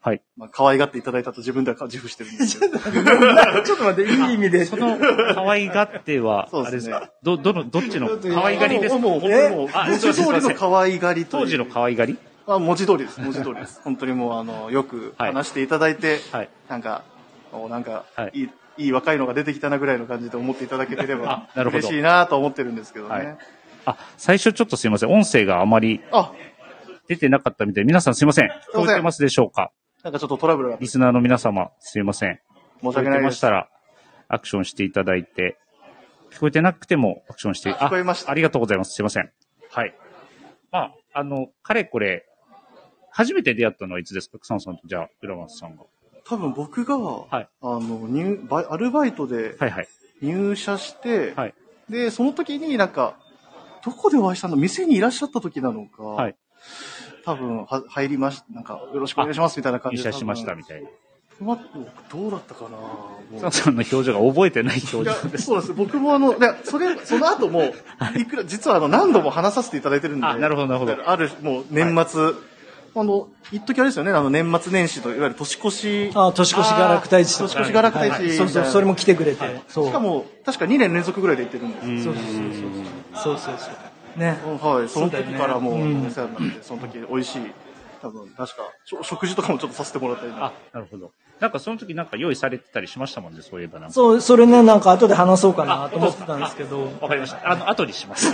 はい。まあ、可愛がっていただいたと自分では自負してるんですけ ど。ちょっと待って、いい意味で。その、可愛がって は、そうあでれすねですかど、どの、どっちのちょっと可愛がりですかもう、もう、えもう、あ文字通すいまりせのん可愛がりという当時の可愛がりあ、文字通りです。文字通りです。本当にもう、あの、よくはい話していただいて、はいなんか、おなんか、はいいい、いい若いのが出てきたなぐらいの感じで思っていただけてればあ、なるほど嬉しいなと思ってるんですけどね。はいあ、最初ちょっとすいません。音声があまりあ、出てなかったみたいで、皆さんすいません。聞ませんこえてますでしょうかなんかちょっとトラブルがあってリスナーの皆様、すいません。申し聞訳こえなていでますし。たら、アクションしていただいて、聞こえてなくてもアクションして、あ聞こえましたありがとうございます。すいません。はい。まあ、あの、かれこれ、初めて出会ったのはいつですか草野さんと、じゃあ、浦松さんが。多分僕が、いあの、入、バイアルバイトではいはい。入社して、はいで、その時になんか、どこでお会いしたの店にいらっしゃった時なのか、はい多分は入りまし、なんか、よろしくお願いしますみたいな感入じで。社しました多分みたいな。ま僕どうだったかなもう草野さんの表情が覚えてないい表や情。、そうなんです。僕もあの、で、それ、その後も、いくら、実はあの、何度も話させていただいてるんで。あなるほどなるほどある、もう、年末、あの、一時あれですよね、あの、年末年始と、いわゆる年越し、あ、年越しが楽太一さん年越しが楽太一はいそうそう、それも来てくれて。そう。しかも、確か2年連続ぐらいで行ってるんです。そうそうそうそう。そうそうそう。ね。うんはい、その時からもう、おそうだよねうん世話になって、その時、美味しい、多分、確か、ちょ食事とかもちょっとさせてもらったりなあ、なるほど。なんかその時なんか用意されてたりしましたもんね、そういえばなんか。そう、それね、なんか後で話そうかなと思ってたんですけど。わかりました。あの、後にし ます。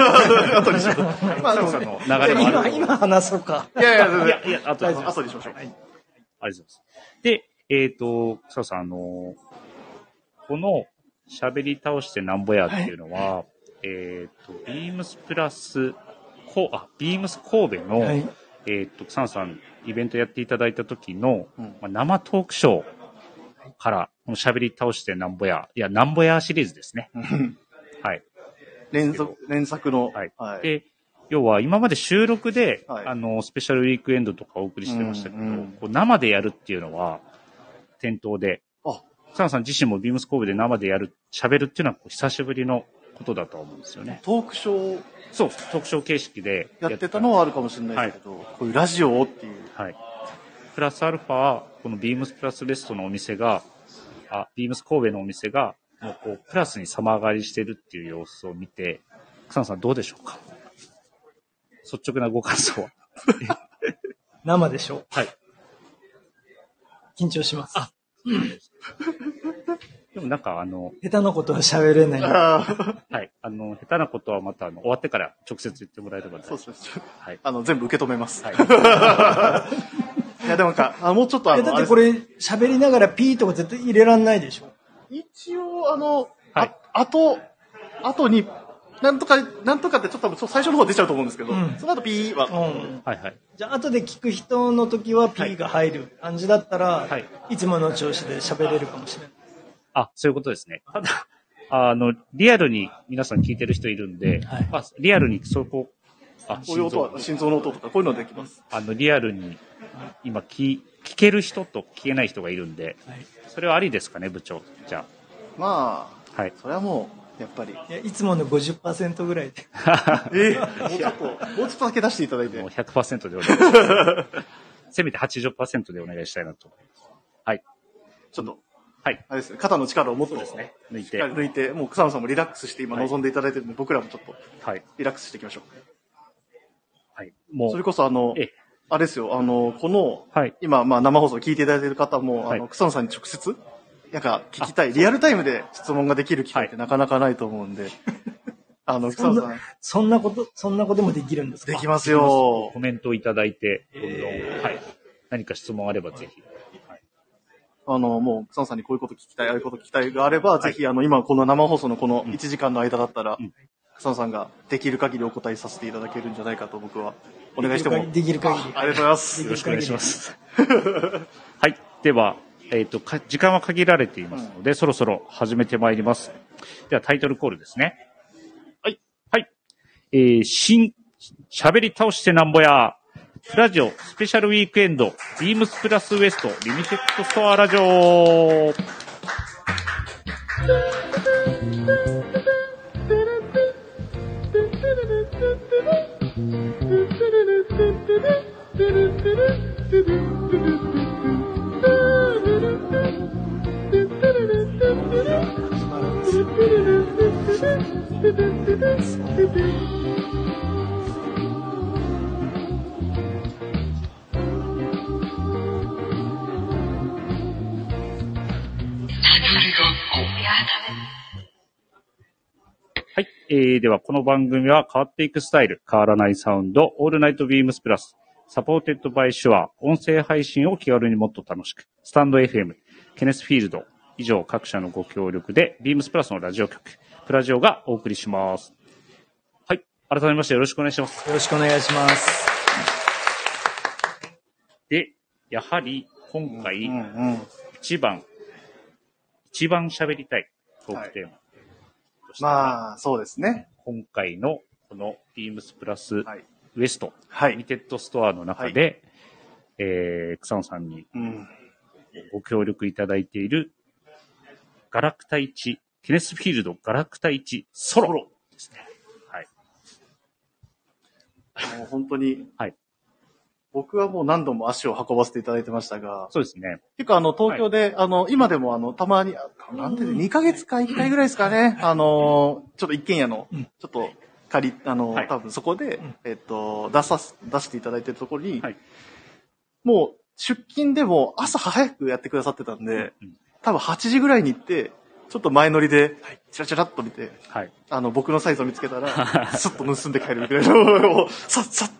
後にしよう。まあ、でも草野さんねの流れもある今、今話そうか。いやいや、全いや、然いや、後大で丈夫後にしましょう。ありがとうございます。で、えっ、と、草野さん、あの、この、喋り倒してなんぼやっていうのは、えっ、と、ビームスプラス、こあ、ビームス神戸の、はい。えっ、と、草野さん、イベントやっていただいた時の、うんまあ、生トークショーから、この喋り倒してなんぼや、いや、なんぼやシリーズですね。はい。連続、連作の、はいはいで、要は今まで収録で、はいあの、スペシャルウィークエンドとかお送りしてましたけど、うんうんこう生でやるっていうのは、店頭で、あ草野さん自身もビームス神戸で生でやる、喋るっていうのはこう久しぶりのことだと思うんですよね。トークショーそう、特徴形式でやってたのはあるかもしれないですけど、こういうラジオをっていう。はい。プラスアルファ、このビームスプラスレストのお店が、あ、ビームス神戸のお店が、もうこう、プラスに様上がりしてるっていう様子を見て、草野さんどうでしょうか率直なご感想は。生でしょ。 はい。緊張します。でもなんかあの、下手なことは喋れない。あはい。あの、下手なことはまたあの終わってから直接言ってもらえれ ばそうす。そうそう。はい。あの、全部受け止めます。はいい。や、でもなんか、あもうちょっとあえ、の、だあっれてこれ、喋りながらピーとか絶対入れらんないでしょ。一応、あの、はいあ、あと、あとに、なんとか、なんとかってちょっと多分そう最初の方出ちゃうと思うんですけど、うんその後ピーは、うん。 はいはい。じゃあ、後で聞く人の時は P が入る感じだったら、はいい、つもの調子で喋れるかもしれない。あ、そういうことですね。ただ、あの、リアルに皆さん聞いてる人いるんで、はいまあ、リアルにそこ、あ、こういう心音臓は、心臓の音とか、こういうのできます。あの、リアルに今聞、聞ける人と聞けない人がいるんで、はいそれはありですかね、部長。じゃまあ。はいあ、。それはもう、やっぱり。いや、いつもの50%ぐらいで。えもうちょっと、もうちょっとだけ出していただいてもう。100%でお願いし ます。せめて80%でお願いしたいなと。はい。ちょっと、はい。あれですね、肩の力をもっとですね。抜い。しってかり抜いて、もう草野さんもリラックスして今はい望んでいただいてるんで、僕らもちょっとはい。リラックスしていきましょはい。う。もそうれ、こそあのええ、あれですよ、あの、この、はい。今、まあ生放送聞いていただいてる方も、あはの、い草野さんに直接、なんか聞きたい、リアルタイムで質問ができる機会っはてなかなかないと思うん で、あの、草そん野さ、、なんそんなこと、そんなこともできるんですかできますよコ。メントをいただいて、どんどん、はい。何か質問あればぜひ。あの、もう草野さんにこういうこと聞きたい、ああいうこと聞きたいがあれば、ぜひ、あの、今この生放送のこの1時間の間だったらうん、草野さんができる限りお答えさせていただけるんじゃないかと僕は、お願いしても。できる限り。ありがとうございます。よろしくお願いします。はい。では、えっ、とか、時間は限られていますので、そろそろ始めてまいります。では、タイトルコールですね。はい。はい。えー、新、喋り倒してなんぼや、プラジオスペシャルウィークエンド、ビームスプラスウエスト、リミテッドストアラジオ。 Thank you. はい。えーでは、この番組は変わっていくスタイル、変わらないサウンド、オールナイトビームスプラス、サポーテッドバイシュア、音声配信を気軽にもっと楽しく、スタンド FM、ケネスフィールド、以上各社のご協力で、ビームスプラスのラジオ局、プラジオがお送りします。はい。改めましてよろしくお願いします。よろしくお願いします。で、やはり、今う回、んうん。一番、一番喋りたいトークテーマとして、まあ、そうですね。今回のこのビームスプラスはい。ウエスト、はリミい。テッドストアの中で、えー、草野さんにうん。ご協力いただいている、ガラクタ1、ケネスフィールドガラクタ1ソロですね。はい。もう本当に。はい僕はもう何度も足を運ばせていただいてましたが、そうですね。結構あの、東京で、あの、今でもあの、たまに、あなんていうの2ヶ月か1回ぐらいですかね、あの、ちょっと一軒家のうん、ちょっと、借り、あの、はい多分そこでん、えっと、出さす、出していただいてるところにはい、もう、出勤でも朝早くやってくださってたんでうん、多分8時ぐらいに行って、ちょっと前乗りで、チラチラっと見て、はい。あの、僕のサイズを見つけたら、スッと盗んで帰るみたいなのを、さっさっ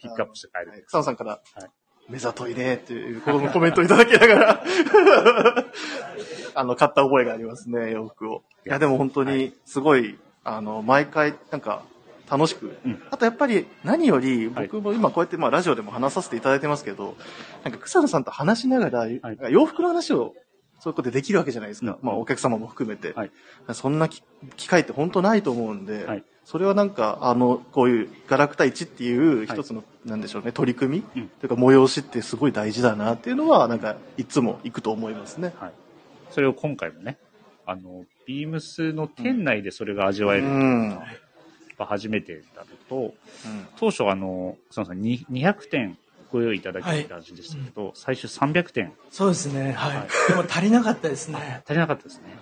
ピックアップして帰る。はい草野さんから、はい目ざといねっていうこのコメントをいただきながら、あの、買った覚えがありますね、洋服を。いや、でも本当はに、すごい、あの、毎回、なんか、楽しく、うんあとやっぱり何よりはい僕も今こうやってまあラジオでも話させていただいてますけど、なんか草野さんと話しながら、なんか洋服の話をそういうことでできるわけじゃないですか。うんまあお客様も含めて。はいそんなき機会って本当ないと思うんで、はいそれはなんか、あの、こういうガラクタ1っていうはい一つの、なんでしょうね、取り組み、うんというか催しってすごい大事だなっていうのは、なんか、いつも行くと思いますね。それを今回もね、あの、ビームスの店内でそれが味わえうるのん。うんが初めてだと、当初あの、草野さんに200点ご用意いただきた味でしたけど、最終300点そうですね。はい。はいでも足りなかったですね。足りなかったですね。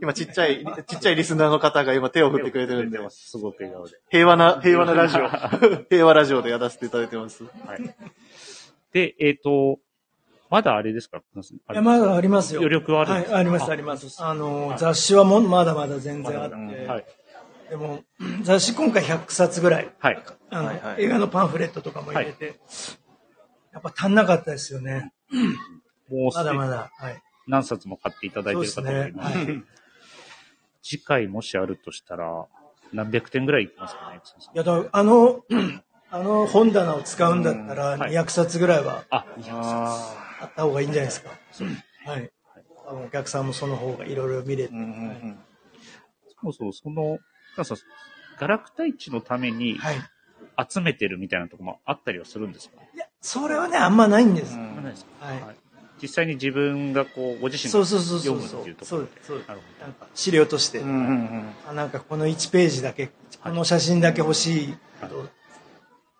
今ちっちゃい、ちっちゃいリスナーの方が今手を振ってくれてるんで、す。すごく笑顔で。平和な、平和なラ ジオ、平和ラジオでやらせていただいてます。はい。で、えっ、と、まだあれですかあいれや、まだありますよ。余力はあるんですかはい、あります、あります。あの、雑誌はもうまだまだ全然あって、はい。でも、雑誌今回100冊ぐらい、はい。あの、はいはい映画のパンフレットとかも入れて、やっぱ足んなかったですよね。もうすまでだにまだ。はい。何冊も買っていただいてる方もいますしそうです 次回もしあるとしたら、何百点ぐらいいきますかね、草野さんいや、だあの、あの本棚を使うんだったら、んはい200冊ぐらいはあ、ああった方がいいんじゃないですか。はい。多分お客さんもその方がいろいろ見れーてう。んうんうんそうそう、その、なんかさ、ガラクタ市のためにはい。集めてるみたいなとこもあったりはするんですか、いや、それはね、あんまないんです。ないですかはい。はい実際に自分がこう、ご自身がそうそうそうそ読う。むっていうとこそろうです。そうですなるほなんか資料として、うんうんうんあなんかこの1ページだけ、この写真だけ欲しいけど、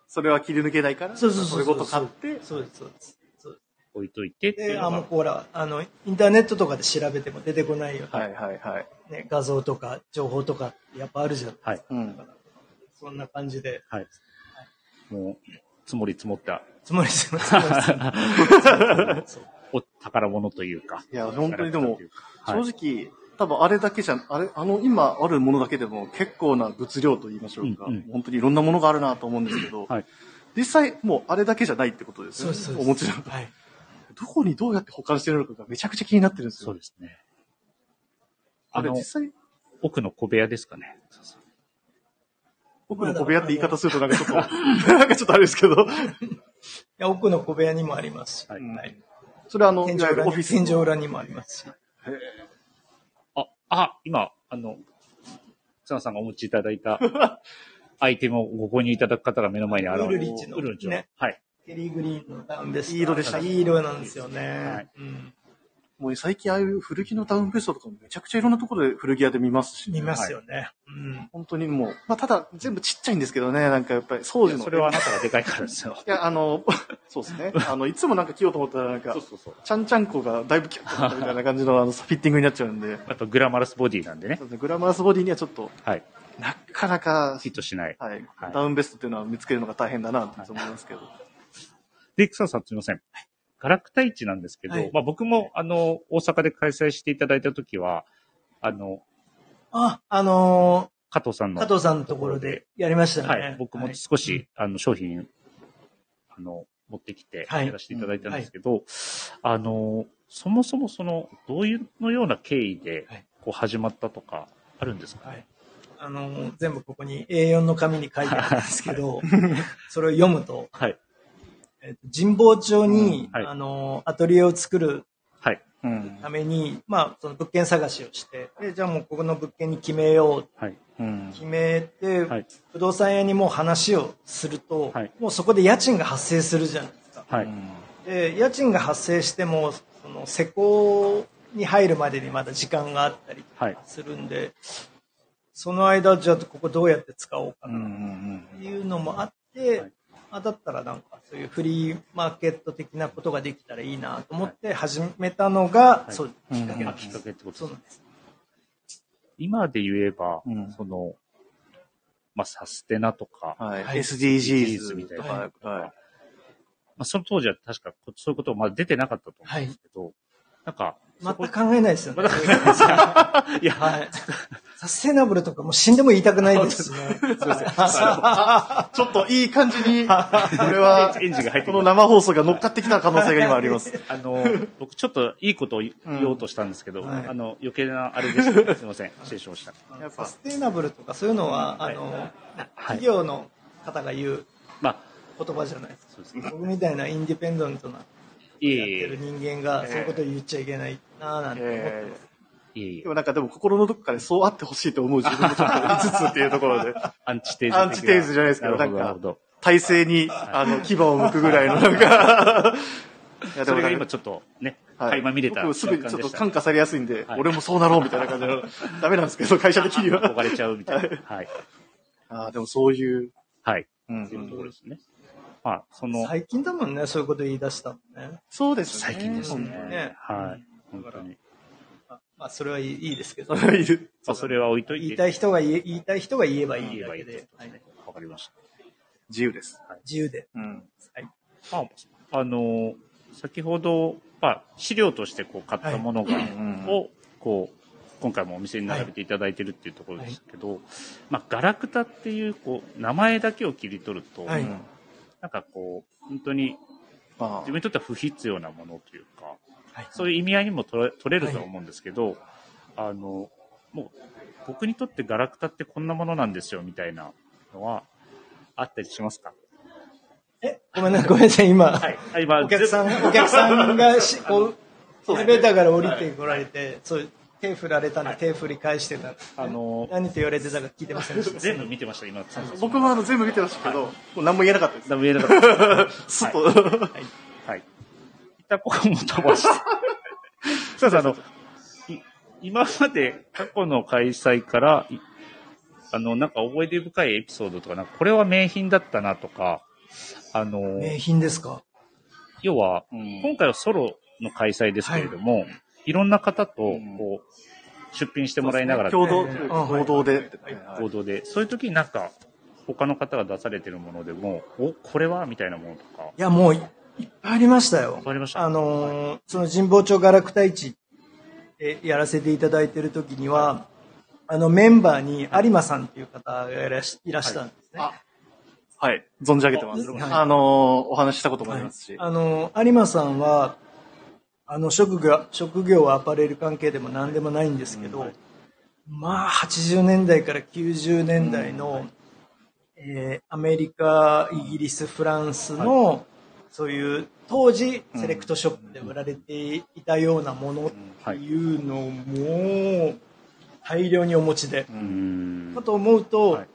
それは切り抜けないから、そうそうそうそうれごと買って、そうです、そうです。そうでど置いといてってすいうで、あ、のもうが、ほら、あの、インターネットとかで調べても出てこないよ、はいはいはい。ね、画像とか情報とか、やっぱあるじゃん。はい。うんそんな感じで。はい。もう、積もり積もった、つまり、つまり、つまお宝物というか。いや、本当にでも、はい、正直、多分あれだけじゃ、あれ、あの今あるものだけでも結構な物量と言いましょうか、うんうん本当にいろんなものがあるなと思うんですけど、はい実際もうあれだけじゃないってことですそうよでね。す、そうでおす。持ちなはい。どこにどうやって保管してるのかがめちゃくちゃ気になってるんですそよう。ですね。ああれの実、際、奥の小部屋ですかね。僕の小部屋って言い方するとなんかちょっと、なんかちょっと あれですけど、いや、奥の小部屋にもありますし、はいはいそれはあの、い天井わゆる裏オにフィス天井の。裏にもありますし。あ、あ、今、あの、草野さんがお持ちいただいたアイテムをご購入いただく方が目の前に現れウる。ルリッチのウルリッチねはい。ケリーグリーンのダウンベスト。いい色でしたいい色なんですよね。はいうん、もう最近ああいう古着のダウンベストとかもめちゃくちゃいろんなところで古着屋で見ますし、見ますよね。うん。本当にもう、まあただ全部ちっちゃいんですけどね、なんかやっぱり掃除の。それはあなたがでかいからですよ。いや、あの、 そうです ね。あの、いつもなんか着ようと思ったら、なんかそう、そうそう。ちゃんちゃんこがだいぶキュッとなったみたいな感じの、あの、フィッティングになっちゃうんで、やっぱグラマラスボディなんでね。グラマラスボディにはちょっと、はい。なかなかヒ、ットしない。はいはい、ダウンベストっていうのは見つけるのが大変だな、と思いますけど。で、草野さんすみません。ガラクタ市なんですけど、はいまあ僕も、あの、大阪で開催していただいた時は、あの、あ、あの加藤さんーの、加藤さんのところでやりましたね。はい、僕も少し、あの、商品、あの、持ってきて、はいやらせていただいたんですけど、あの、そもそもその、どういうのような経緯ではい、こう始まったとか、あるんですか、はい。あのー全部ここに A4 の紙に書いてあるんですけど、 それを読むと、はい。えっと神保町に、うんはいあのーアトリエを作るはい。うん。ために、まあ、その物件探しをして、でじゃあもうここの物件に決めよう、はい。うん。決めて、はい。不動産屋にもう話をすると、はいもうそこで家賃が発生するじゃないですか。はい。で家賃が発生してもその施工に入るまでにまだ時間があったりはい。するんでその間じゃあここどうやって使おうかうん。うなんっていうのもあって、はいあだったらなんかそういうフリーマーケット的なことができたらいいなと思って始めたのが、はいそううんきっかけあなんできっす、かけってことですそうねなんです今で言えば、うんその、まあ、サステナとか、まはい。はい SDGs みたいとなか、はい。あ、その当時は確かこそういうことまだ出てなかったと思うんですけど、なんか、全そこく考えないですよね、まだ考えないですかいや、 はい、サステナブルとかもう死んでも言いたくないですしねちょっといい感じに、これは、 エンジンが入ってこくのる。生放送が乗っかってきた可能性が今あります。あの、僕ちょっといいことを言言おうとしたんですけど、うんはいあの、余計なあれでした。すいません。失礼しました。やっサぱス、テナブルとかそういうのは、はいあの、はい企業の方が言うまあ、言葉じゃないですか。そうですね。僕みたいなインディペンデントなやっいえているえ、人間がええそういうことを言っちゃいけないなぁなんて思ってます。いえいえで、もなんかでも心のどこかでそうあってほしいと思う自分もちょっといつつっていうところで、アンチテーゼ的な。アンチテーゼじゃないですけどなるほど、ななんかるほど。体制に、あの、牙を向くぐらいのなんか、いや それがなん今かちょっとね、はい垣間見れた僕すぐちょっ瞬間とでした感化されやすいんで、はい俺もそうなろうみたいな感じの、ダメなんですけ ど、会社的には。憧れちゃうみたいな。はい。ああ、でもそういう、はい。うっていうところん、ですね。まあ、その、最近だもんね、そういうこと言い出したのね。そうですね。最近ですね。ねはい。本当に。まあ、まあそれはいいいいですけど本。当に。 そういうまあ、それは置いといて。言いたい人が言え、言いたい人が言えばいい言えだばいいけってで、ことですね。わかりまし自由です。はい自由で。うん。はい。た。まあ、あの、先ほど、まあ、資料としてこう買ったものが、んを、こう、今回もお店に並べていただいてるっていうところですけど、まあ、ガラクタっていう、こう、名前だけを切り取ると、はういんなんかこう、本当にま自分にとっては不必要なものというか、はいそういう意味合いにも取れ取れるとは思うんですけど、あの、もう、僕にとってガラクタってこんなものなんですよ、みたいなのは、あったりしますかえ、ごめんなさい、ごめんなさい、今。はい。あ今、お客さん、お客さんがし、こう、エレベーターから降りてこられて、そう、手振られたんで、手振り返してたんですあの、何て言われてたか聞いてませんで した。全部見てました、今。あ、僕もあの全部見てましたけど、もう何も言えなかったです。ダメだかった。すっと。ははい。一旦ここも飛 ばして。そうです、あの、い今まで過去の開催から、いあの、なんか思い出深いエピソードとか、なんかこれは名品だったなとか、あの、名品ですか要は、い今回はソロの開催ですけれども、い、ろんな方と、うんこう、出品してもらいながら、共合同というか、合同で。同で、そういう時になんか、他の方が出されてるものでも、お、これはみたいなものとか、いや、もういっぱいありましたよ。わかりましたあのーその神保町ガラクタ市でやらせていただいてる時には、あのメンバーに有馬さんっていう方がいらしいらしたんですね。はいはい。存じ上げてます。はいあのー、お話ししたこともあはいりますし。あのー有馬さんは、あの職業、職業はアパレル関係でも何でもないんですけど、まあ80年代から90年代の、えーアメリカ、イギリス、フランスの、そういう当時セレクトショップで売られていたようなものっていうのをもう大量にお持ちで、うーんかと思うと、はい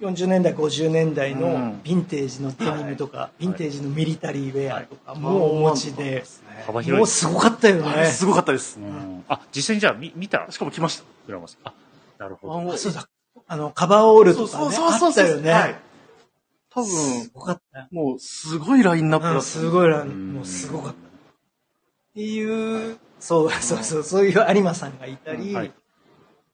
40年代、50年代うのんヴィンテージのデニムとか、ヴィンテージのミリタリーウェアとかいもうお持ちで、幅広いもうです。すごかったよあれね。すごかったです。うんあ、実際にじゃあ見見たしかも来ました。浦本さん。あ、なるほあど。もあそうだ。あの、カバーオールそうとかそうね、そうあそうったよはねい。多す分、ごかったよ。もうすごいラインナップだうっん、た。すごいな、んもうすごかった。っていう、そうそうそう、そういう有馬さんがいたり、はい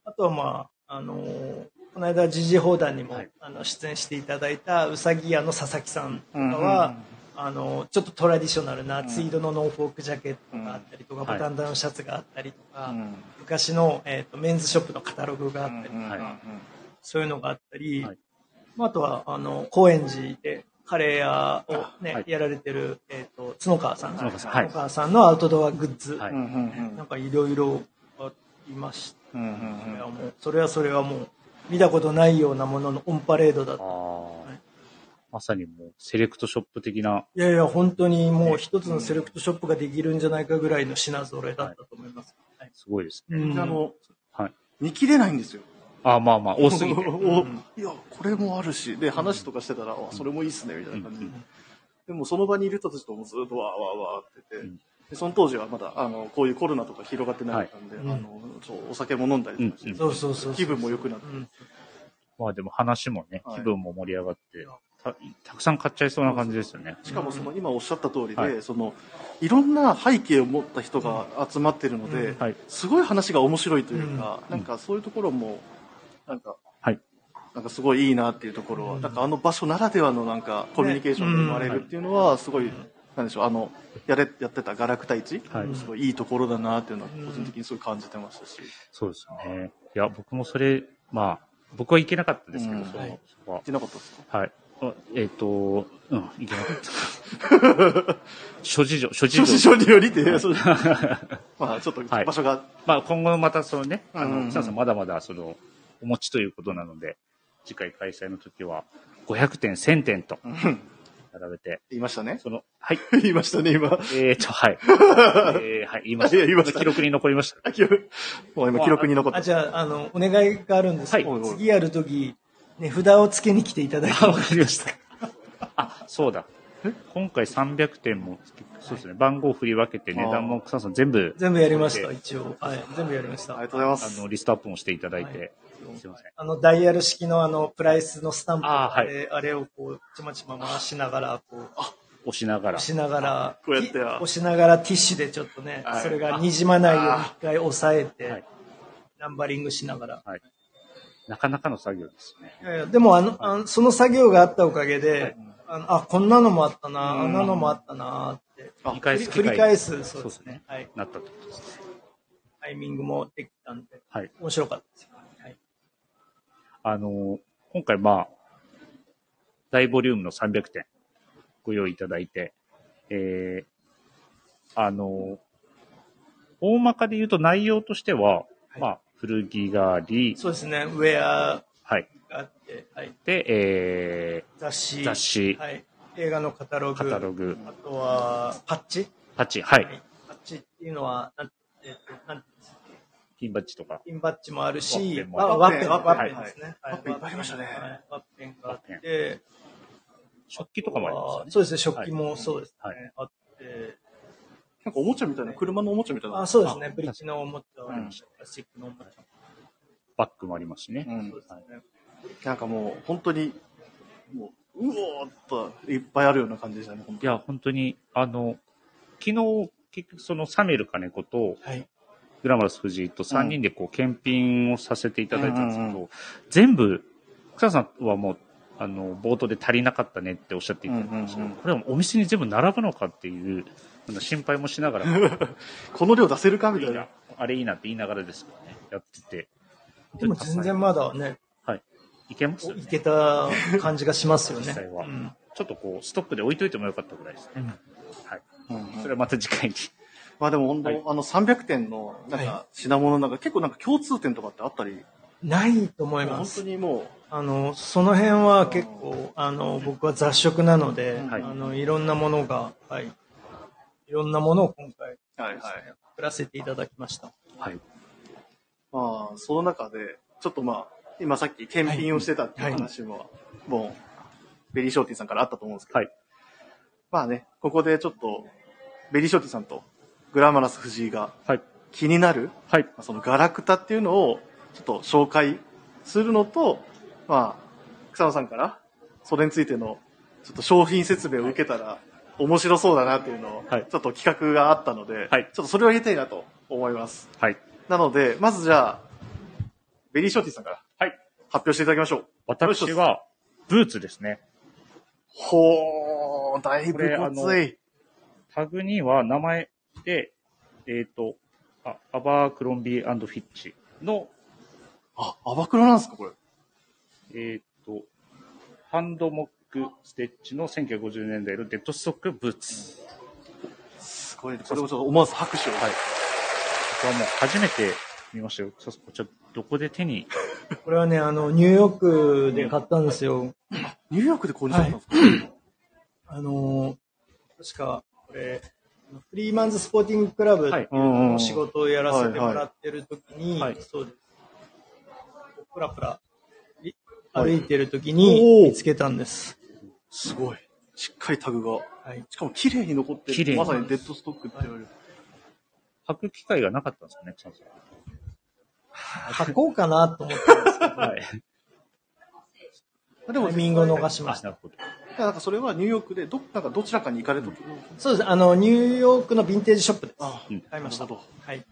あとはまあ、あのーこの間、時事報談にも、はいあの出演していただいたうさぎ屋の佐々木さんとかうんうんうんは、あのちょっとトラディショナルなツイードのノンフォークジャケットがあったりとか、うんボタンダウンシャツがあったりとか、うん昔の、えー、とメンズショップのカタログがあったりとか、はいそういうのがあったり、はいまあ、あとはあの高円寺でカレー屋を、ねはいやられてる、えー、と角川さん角川さんはい角川さんのアウトドアグッズ、はいなんかいろいろありましたいやはもうそれはそれはもう見たことないようなもののオンパレードだったあはあい。まさにもう、セレクトショップ的な。いやいや本当にもう一つのセレクトショップができるんじゃないかぐらいの品揃えだったと思います、はいすごいですね。うんあの、はい。見切れないんですよ。ああ、まあまあ、多すぎて。おいや、これもあるし、で、話とかしてたら、あ、それもいいっすね、みたいな感じでうん。でも、その場にいる人たちともずっとわーわーわーっててうん、でその当時はまだ、あの、こういうコロナとか広がってなかったんで、はいあの、そう、お酒も飲んだりとかしうんてそうそうそうそう、気分も良くなってう、んまあでも話もね、はい気分も盛り上がってや、たたくさん買っちゃいそうな感じですよね。しかもその今おっしゃった通りで、はいそのいろんな背景を持った人が集まってるので、うんはい。すごい話が面白いというか、なんかそういうところもなんか、はいなんかすごいいいなっていうところは、うんなんかあの場所ならではのなんかコミュニケーションが生まれるっていうのはすごい、なんでしょうあのやれやってたガラクタ市、はいすごいいいところだなっていうのはうん個人的にすごい感じてましたし、そうですね。いや、僕もそれ、まあ、僕は行けなかったですけうど、んそはのいそこはで。なかったですかはい。あえっ、と、うん、行けなかった。諸事情、諸事諸事情。情によりで、そうまあちょっとはい場所が、まあ今後またそのね、あうんうんの、草野さんまだまだその、お持ちということなので、次回開催の時は、500点、1000点とうん並べて、言いましたね その、はい、言いましたね今えっ、と、はい。えー、はい、言いましいやた。言いました記録に残りました。記録もう今記録に残ってあますじゃああのお願いがあるんですけど、はい次やる時値札をつけに来ていただいて あわかりました。あ、そうだ。今回300点も、そうですね、番号を振り分けて値段も草野さん全部、全部やりました一応、はい、全部やりましあたりがとうございまあすの、。リストアップもしていただいて、すいません。あのダイヤル式のあのプライスのスタンプああはいれ,、あれをこうちまちま回しながらこう押しながら。押しながら、こうやってや押しながらティッシュでちょっとね、はいそれがにじまないように一回押さえて、はいナンバリングしながら。はい。なかなかの作業ですよね。いやいやでもあの、あのその作業があったおかげで、あのあ、こんなのもあったな、うんあんなのもあったなって、あ繰り返す繰機会り返す、そうそうでですすねね。はい。なったってことですね。タイミングもできたんで、はい。面白かったですよ。はい。あの、今回まあ、大ボリュームの300点ご用意いただいて、えー、あの、大まかで言うと内容としては、はいまあ、古着があり、そうですね、ウェアはい。があって、はい。で、え雑誌。ー、雑誌、はい。映画のカタログ。カタログ、あとは、パッチパッチ、は。はいパッチっていうのは、なんえっとなん金バッジとか、ピンバッジもあるワッしペン、もわワワッッペペン、ンワッペンですね。はいワッペンいっぱいありましたねはいワッペンがあって、食器とかもありますよね。そうですね、食器もそうですはね。あって、なんかおもちゃみたいな、車のおもちゃみたいな。あ、そうですね、あブリッジのおもちゃ、プラスチックのおもちゃ、バッグもありますしね。うんそうですね。なんかもう、本当に、もう、うおーっといっぱいあるような感じでしたね、本い当に。や、本当に、あの、昨日、結局そのサメル金子と、はい。グラマラス藤井と3人でこう、検品をさせていただいたんですけど、うんうん全部、草さんはもう、あの、冒頭で足りなかったねっておっしゃっていただいたんですけど、うんうんこれはお店に全部並ぶのかっていう、あの心配も しながら、この量出せるかみいたいいなな。あれいいなって言いながらですけどね、やってて。でも全然まだね、はい。いけますよねいけた感じがしますよね。実際は、うんちょっとこう、ストックで置いといてもよかったぐらいですね。はい。それはまた次回に。まあでも本当、はいあの300点の、なんはか品物なんか、結構なんか共通点とかってあったり、ないと思いま本す当。にもあのその辺は結構あの僕は雑食なので、はいい、あのいろんなものが、はい、いろんなものを今回う、はいはい。作らせていただきました。はい。まあ、その中で、ちょっとまあ、今さっき検品をしてたっていう話も、もう、ベリーショーティーさんからあったと思うんですけど、はいまあね、ここでちょっと、ベリーショーティーさんとグラマラス藤井がはい。気になるはい。まあそのガラクタっていうのをちょっと紹介するのと、まあ、草野さんからそれについてのちょっと商品説明を受けたら面白そうだなっていうのを、はいちょっと企画があったので、はいちょっとそれを入れたいなと思います。はい。なので、まずじゃあ、ベリーショーティーさんからはい。発表していただきましょう。私は、ブーツですね。ほおー、だいこれぶあごのつい。タグには名前で、えっ、と、あアバークロンビーフィッチの、あ、アバクロなんですか、これ。えっ、と、ハンドモックステッチの1950年代のデッドストックブーツ。すごい。これもちょっと思わず拍手を。はい僕はもう初めて見ましたよ。さこちら、どこで手にこれはね、あの、ニューヨークで買ったんですよ。ニューヨークで購入されたんですか、あのー、確か、これ、フリーマンズスポーティングクラブはいうんうのん仕事をやらせてもらってる時に、はいはいそうです。プラプラいはい歩いてる時おにー見つけたんです。すごい。しっかりタグが。はい。しかも綺麗に残って綺る。麗にまさにデッドストックって言われる。履く機会がなかったんですよね、草野さん。書こうかなと思ってたんですけど、はい。でも、タイミングを逃 しましあ、た。なるほど。なんかそれはニューヨークでど、なんかどちらかに行かれた時の、そうです。あの、ニューヨークのヴィンテージショップです。あうん買いました。なるほどはい。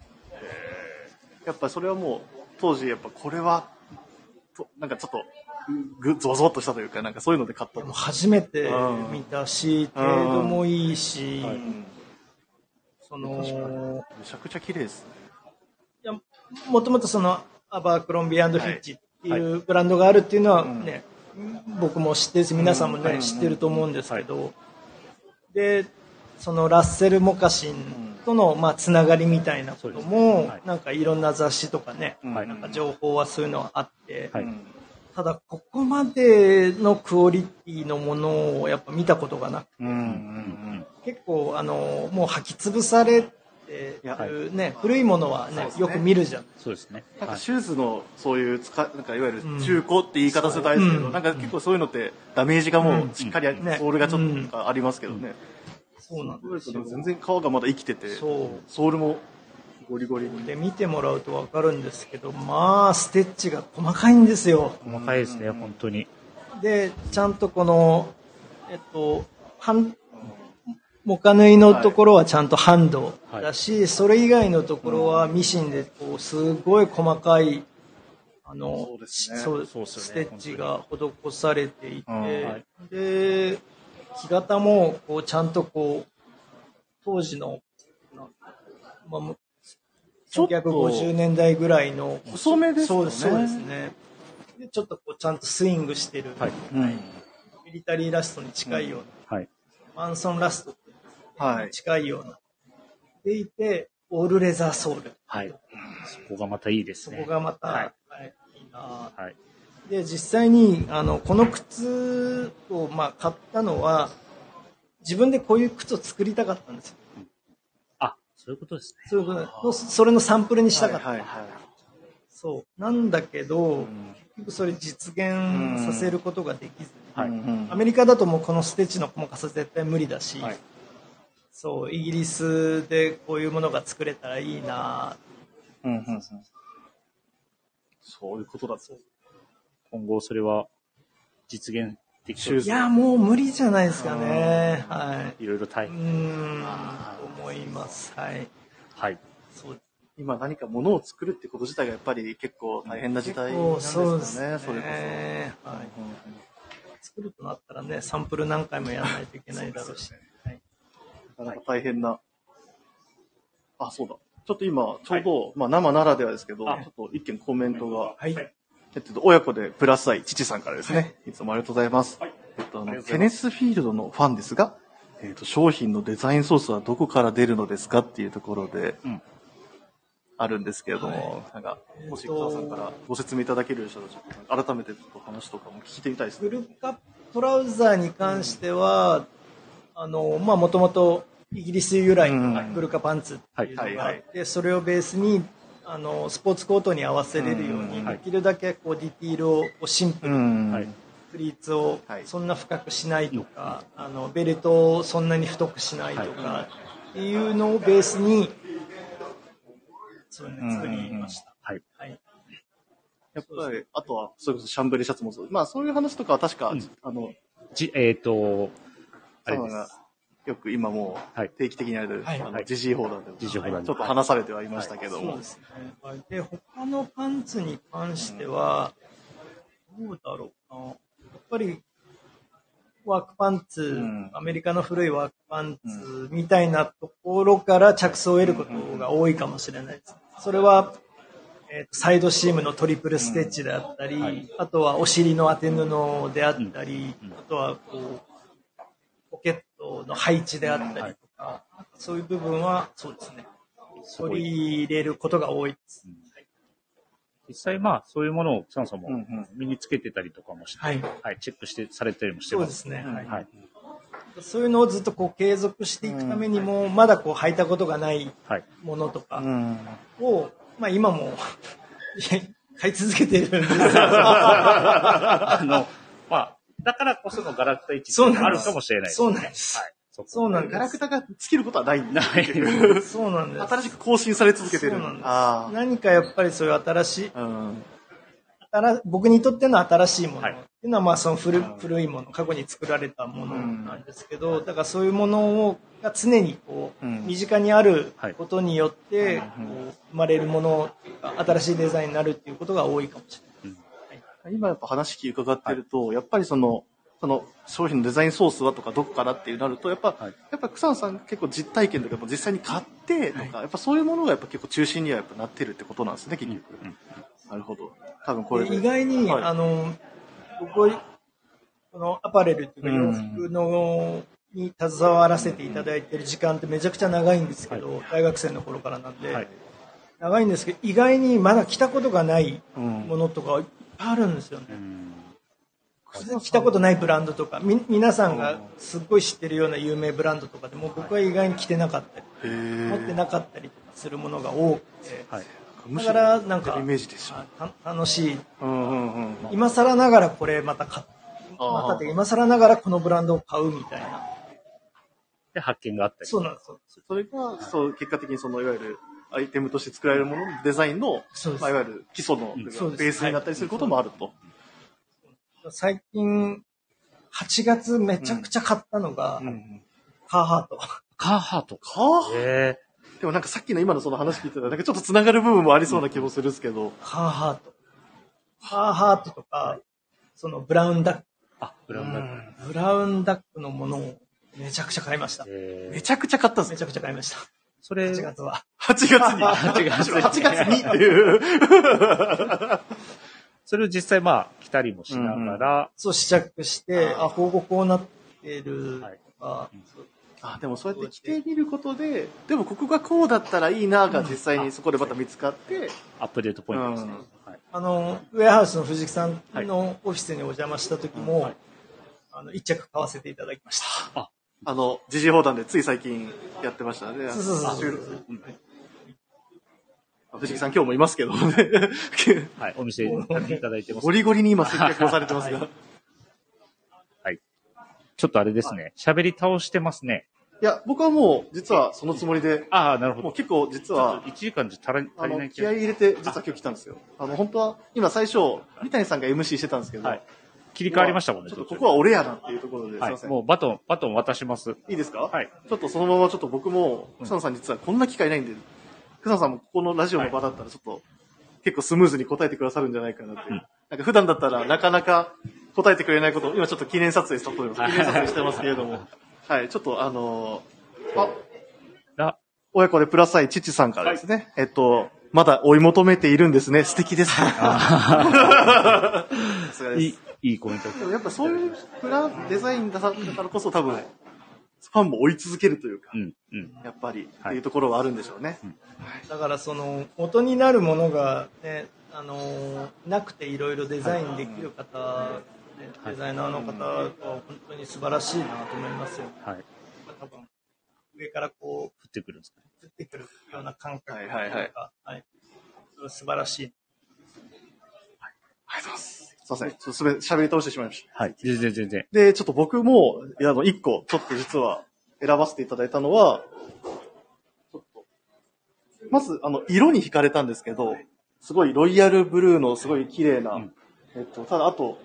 やっぱそれはもう、当時やっぱこれは、となんかちょっと、ぐ、ゾワゾワっとしたというか、なんかそういうので買ったでとも。初めて見たし、うん程度もいいし、うんそ確かにの、めちゃくちゃ綺麗ですね。いや、もともとその、アバークロンビーフィッチっていうブランドがあるっていうのはね、僕も知ってるし、皆さんもうんね、知ってると思うんですけど、で、そのラッセル・モカシンとの、まあ、つながりみたいなそことうですねもはい、なんかいろんな雑誌とかね、はいうんなんか情報はそういうのはあって、はいうんただ、ここまでのクオリティのものをやっぱ見たことがなくて、うんうんうんうん。結構、あの、もう履き潰されてやるね、古いものはそうねで、すねよく見るじゃん。そうですね。なんはかいシューズのそういう使い、なんかいわゆるうん中古って言い方するとあれですけど、うんなんか結構そういうのってダメージがもううんしっかりあ、んねソールがちょっとなんかありますけどね。そうなんですよ。全然皮がまだ生きてて、ソそールもゴリゴリう。に。で、見てもらうとわかるんですけど、まあ、ステッチが細かいんですよ。細かいですね、うん本当に。で、ちゃんとこの、えっと、ハン、モカ縫いのところはちゃんとハンドだし、それ以外のところはミシンで、こう、すごい細かい、あのそう、ですねそうそうですよねステッチが施されていて、うんはで、木型も、こう、ちゃんとこう、当時の、なまあ、むちょっと1950年代ぐらいの、細めですそようね。ですそうですね。で、ちょっとこう、ちゃんとスイングしてる。はい。うん。ミリタリーラストに近いような、はい。マンソンラストはにい。近いような。でいて、オールレザーソール。はい。そこがまたいいですそね。こがまた、ははいい、いいなはい。ぁで、実際に、あの、この靴を、まあ、買ったのは、自分でこういう靴を作りたかったんですよ。あ、そういうことですね。そういうことでのそれのサンプルにしたかった。はいはいはいそう。なんだけど、ん結局それ実現させることができず、はい。うんアメリカだともうこのステッチの細かさ絶対無理だし、はいそう、イギリスでこういうものが作れたらいいなうんうんうんそういうことだった。今後、それは実現できそういや、もう無理じゃないですかね。はいろいろ大い。うー変。ん、思います。はい。はい。そう今何か物を作るってこと自体がやっぱり結構大変な時代なんですそようね、ですそね。れこそはい。そ。うん作るとなったらね、サンプル何回もやらないといけないだろうし。はいなかなか大変な。あ、そうだ。ちょっと今、ちょうど、まあ生ならではですけど、ちょあっと一件コメントが、はい。えっと、親子でプラス愛、父さんからですね、い、つもありがとうございます。はいえっと、あありの、がとうござテいまネスフィールドのファンですが、えっと、商品のデザインソースはどこから出るのですかっていうところで、うんあるんですけれども、なんか、もし川さんからご説明いただけるようでしたら、ちょっと改めてちょっと話とかも聞いてみたいですフね。ルカップトラウザーに関しては、あの、まあ、もともとイギリス由来のうんグルカパンツっていうのはいがはあいって、それをベースに、あの、スポーツコートに合わせれるよううに、んできるだけこうディティールをこうシンプルに、んはい。プリーツをはいそんな深くしないとか、あの、ベルトをそんなに太くしないとか、っていうのをベースに、そういうのを作りました。はい。はい。やっぱり、あとは、それこそシャンブレシャツもそう。まあ、そういう話とかは確か、うんあの、じ、えっと、あれサでマがす。よく今も、はいう定期的にやる、はいあはのい、ジジイ放談でも、ジジイ放談でちょっと話されてはいましたけどそうもで。すね。はいで、他のパンツに関しては、どうだろうな。やっぱり、ワークパンツ、んアメリカの古いワークパンツみたいなところから着想を得ることが多いかもしれないです。それは、えーサイドシームのトリプルステッチであったり、あとはお尻の当て布であったり、あとはこう、ポケットの配置であったりとか、そういう部分は、そうですね。ごい取り入れることが多いです。実際まあ、そういうものを草野さんもうんうん身につけてたりとかもして、はい。はい、チェックして、されたりもしてそうま。ですすね。はいはい。そういうのをずっとこう継続していくためにも、まだこう履いたことがない はい。ものとうかん。を、まあ今も 買い続けてるんですけどあの、まあ、だからこそのガラクタ一そう致なんもですあるかもしれないですそね。うなんです。そこそうなんガでラすク。タが尽きることはないんだ。はい。そうなんです。新しく更新され続けてる。そうなんですあ何かやっぱりそういう新しい、あ。うん。新僕にとっての新しいもの、はいっていうのはまあその古古いもの過去に作られたものなんですけど、だからそういうものをが常にこう、うん身近にあるはいことによって、うんこう生まれるものが新しいデザインになるっていうことが多いかもしれない。今やっぱ話伺ってると、やっぱりその、その商品のデザインソースはとかどこからっていうなると、やっぱ、はいやっぱ草野さん結構実体験とかも実際に買ってとか、やっぱそういうものがやっぱ結構中心にはやっぱなってるってことなんですね、結局。なるほど。多分これで意外に、はいあの僕このアパレルっていうかうん洋服の、に携わらせていただいてる時間ってめちゃくちゃ長いんですけど、大学生の頃からなんで、はい長いんですけど意外にまだ着たことがないうんものとかいっぱいあるんですよね。うん着たことないブランドとかみ皆さんがすっごい知ってるような有名ブランドとかでも僕は意外に着てなかったりへー持ってなかったりとかするものが多くてはい。むだしかろらなんかイメージでしょ。あた楽しいうんうんうん。今更ながらこれまた買っあーまたっていうか今更ながらこのブランドを買うみたいなで、発見があったり。そうなんですよそれが、そう、結果的にその、いわゆる、アイテムとして作られるもののデザインの、そうですまあ、いわゆる基礎のうんベそうですースになったりすることもあると。最近8月めちゃくちゃ買ったのが、うんカーハートカーハート。はあええでもなんかさっきの今のその話聞いてたら、なんかちょっと繋がる部分もありそうな気もするんですけど。カーハートカーハートとかそのブラウンダックあ、ブラウンダック。ブラウンダックのものをめちゃくちゃ買いました。えめえちゃくちゃ買ったんでめすちゃくちゃ買いました。それ、 8月は。 8月に。 8 8月に月にっていう。それを実際まあ、来たりもしながら、そう試着して、あ、報告こうなってるはいとか、あ、でもそうやって着てみることで、でもここがこうだったらいいなが実際にそこでまた見つかって、アップデートポイントですね。はい。あの、ウェアハウスの藤木さんのオフィスにお邪魔した時も、はいあの、一着買わせていただきました。あの、時事放談でつい最近やってましたね。そうそうそう収録藤木さん今日もいますけどね。はい。お店に立っていただいてますゴ。リゴリに今接客をされてますが。いちょっとあれですね。喋り倒してますね。や、僕はもう、実はそのつもりで、ああ、なるほもうど。結構実は、 1時間じゃ足らあ足りなの、い気合い入れて、実は今日来たんですよ。あの、本当は、今最初、三谷さんが MC してたんですけど、はい切り替わりましたもんね、ちょっと途こ中こは俺やなっていうところで、すいはませい。ん。もうバトン、バトン渡します。いいですかはい。ちょっとそのままちょっと僕も、草野さん実はこんな機会ないんで、草野さんもここのラジオの場だったらちょっと、結構スムーズに答えてくださるんじゃないかなって。なんか普段だったらなかなか答えてくれないことを、今ちょっと記念撮影したと思います。記念撮影してますけれども。はい、ちょっとあのーあ、ラ、親子でプラス愛父さんからですね、えっと、まだ追い求めているんですね。素敵です。 さすがですいい、いいコメント。でもやっぱそういうプラン、デザインだからこそ多分、ファンも追い続けるというかう、ん、うん。やっぱり、はいっていうところはあるんでしょうね。だからその、元になるものがね、あの、なくていろいろデザインできる方、ねデザイナーの方は本当に素晴らしいなと思いますよ。はい。降多分、上からこう、ってくるんですかね。降ってくるような感覚というか、ははいいはいはい素晴らしい。ありがとうございます。すいません。ちょっとすべ、喋り倒してしまいました。はい。全然全然。で、ちょっと僕も、いやあの、一個、ちょっと実は、選ばせていただいたのは、ちょっと、まず、あの、色に惹かれたんですけど、すごいロイヤルブルーのすごい綺麗な、うんえっと、ただ、あと、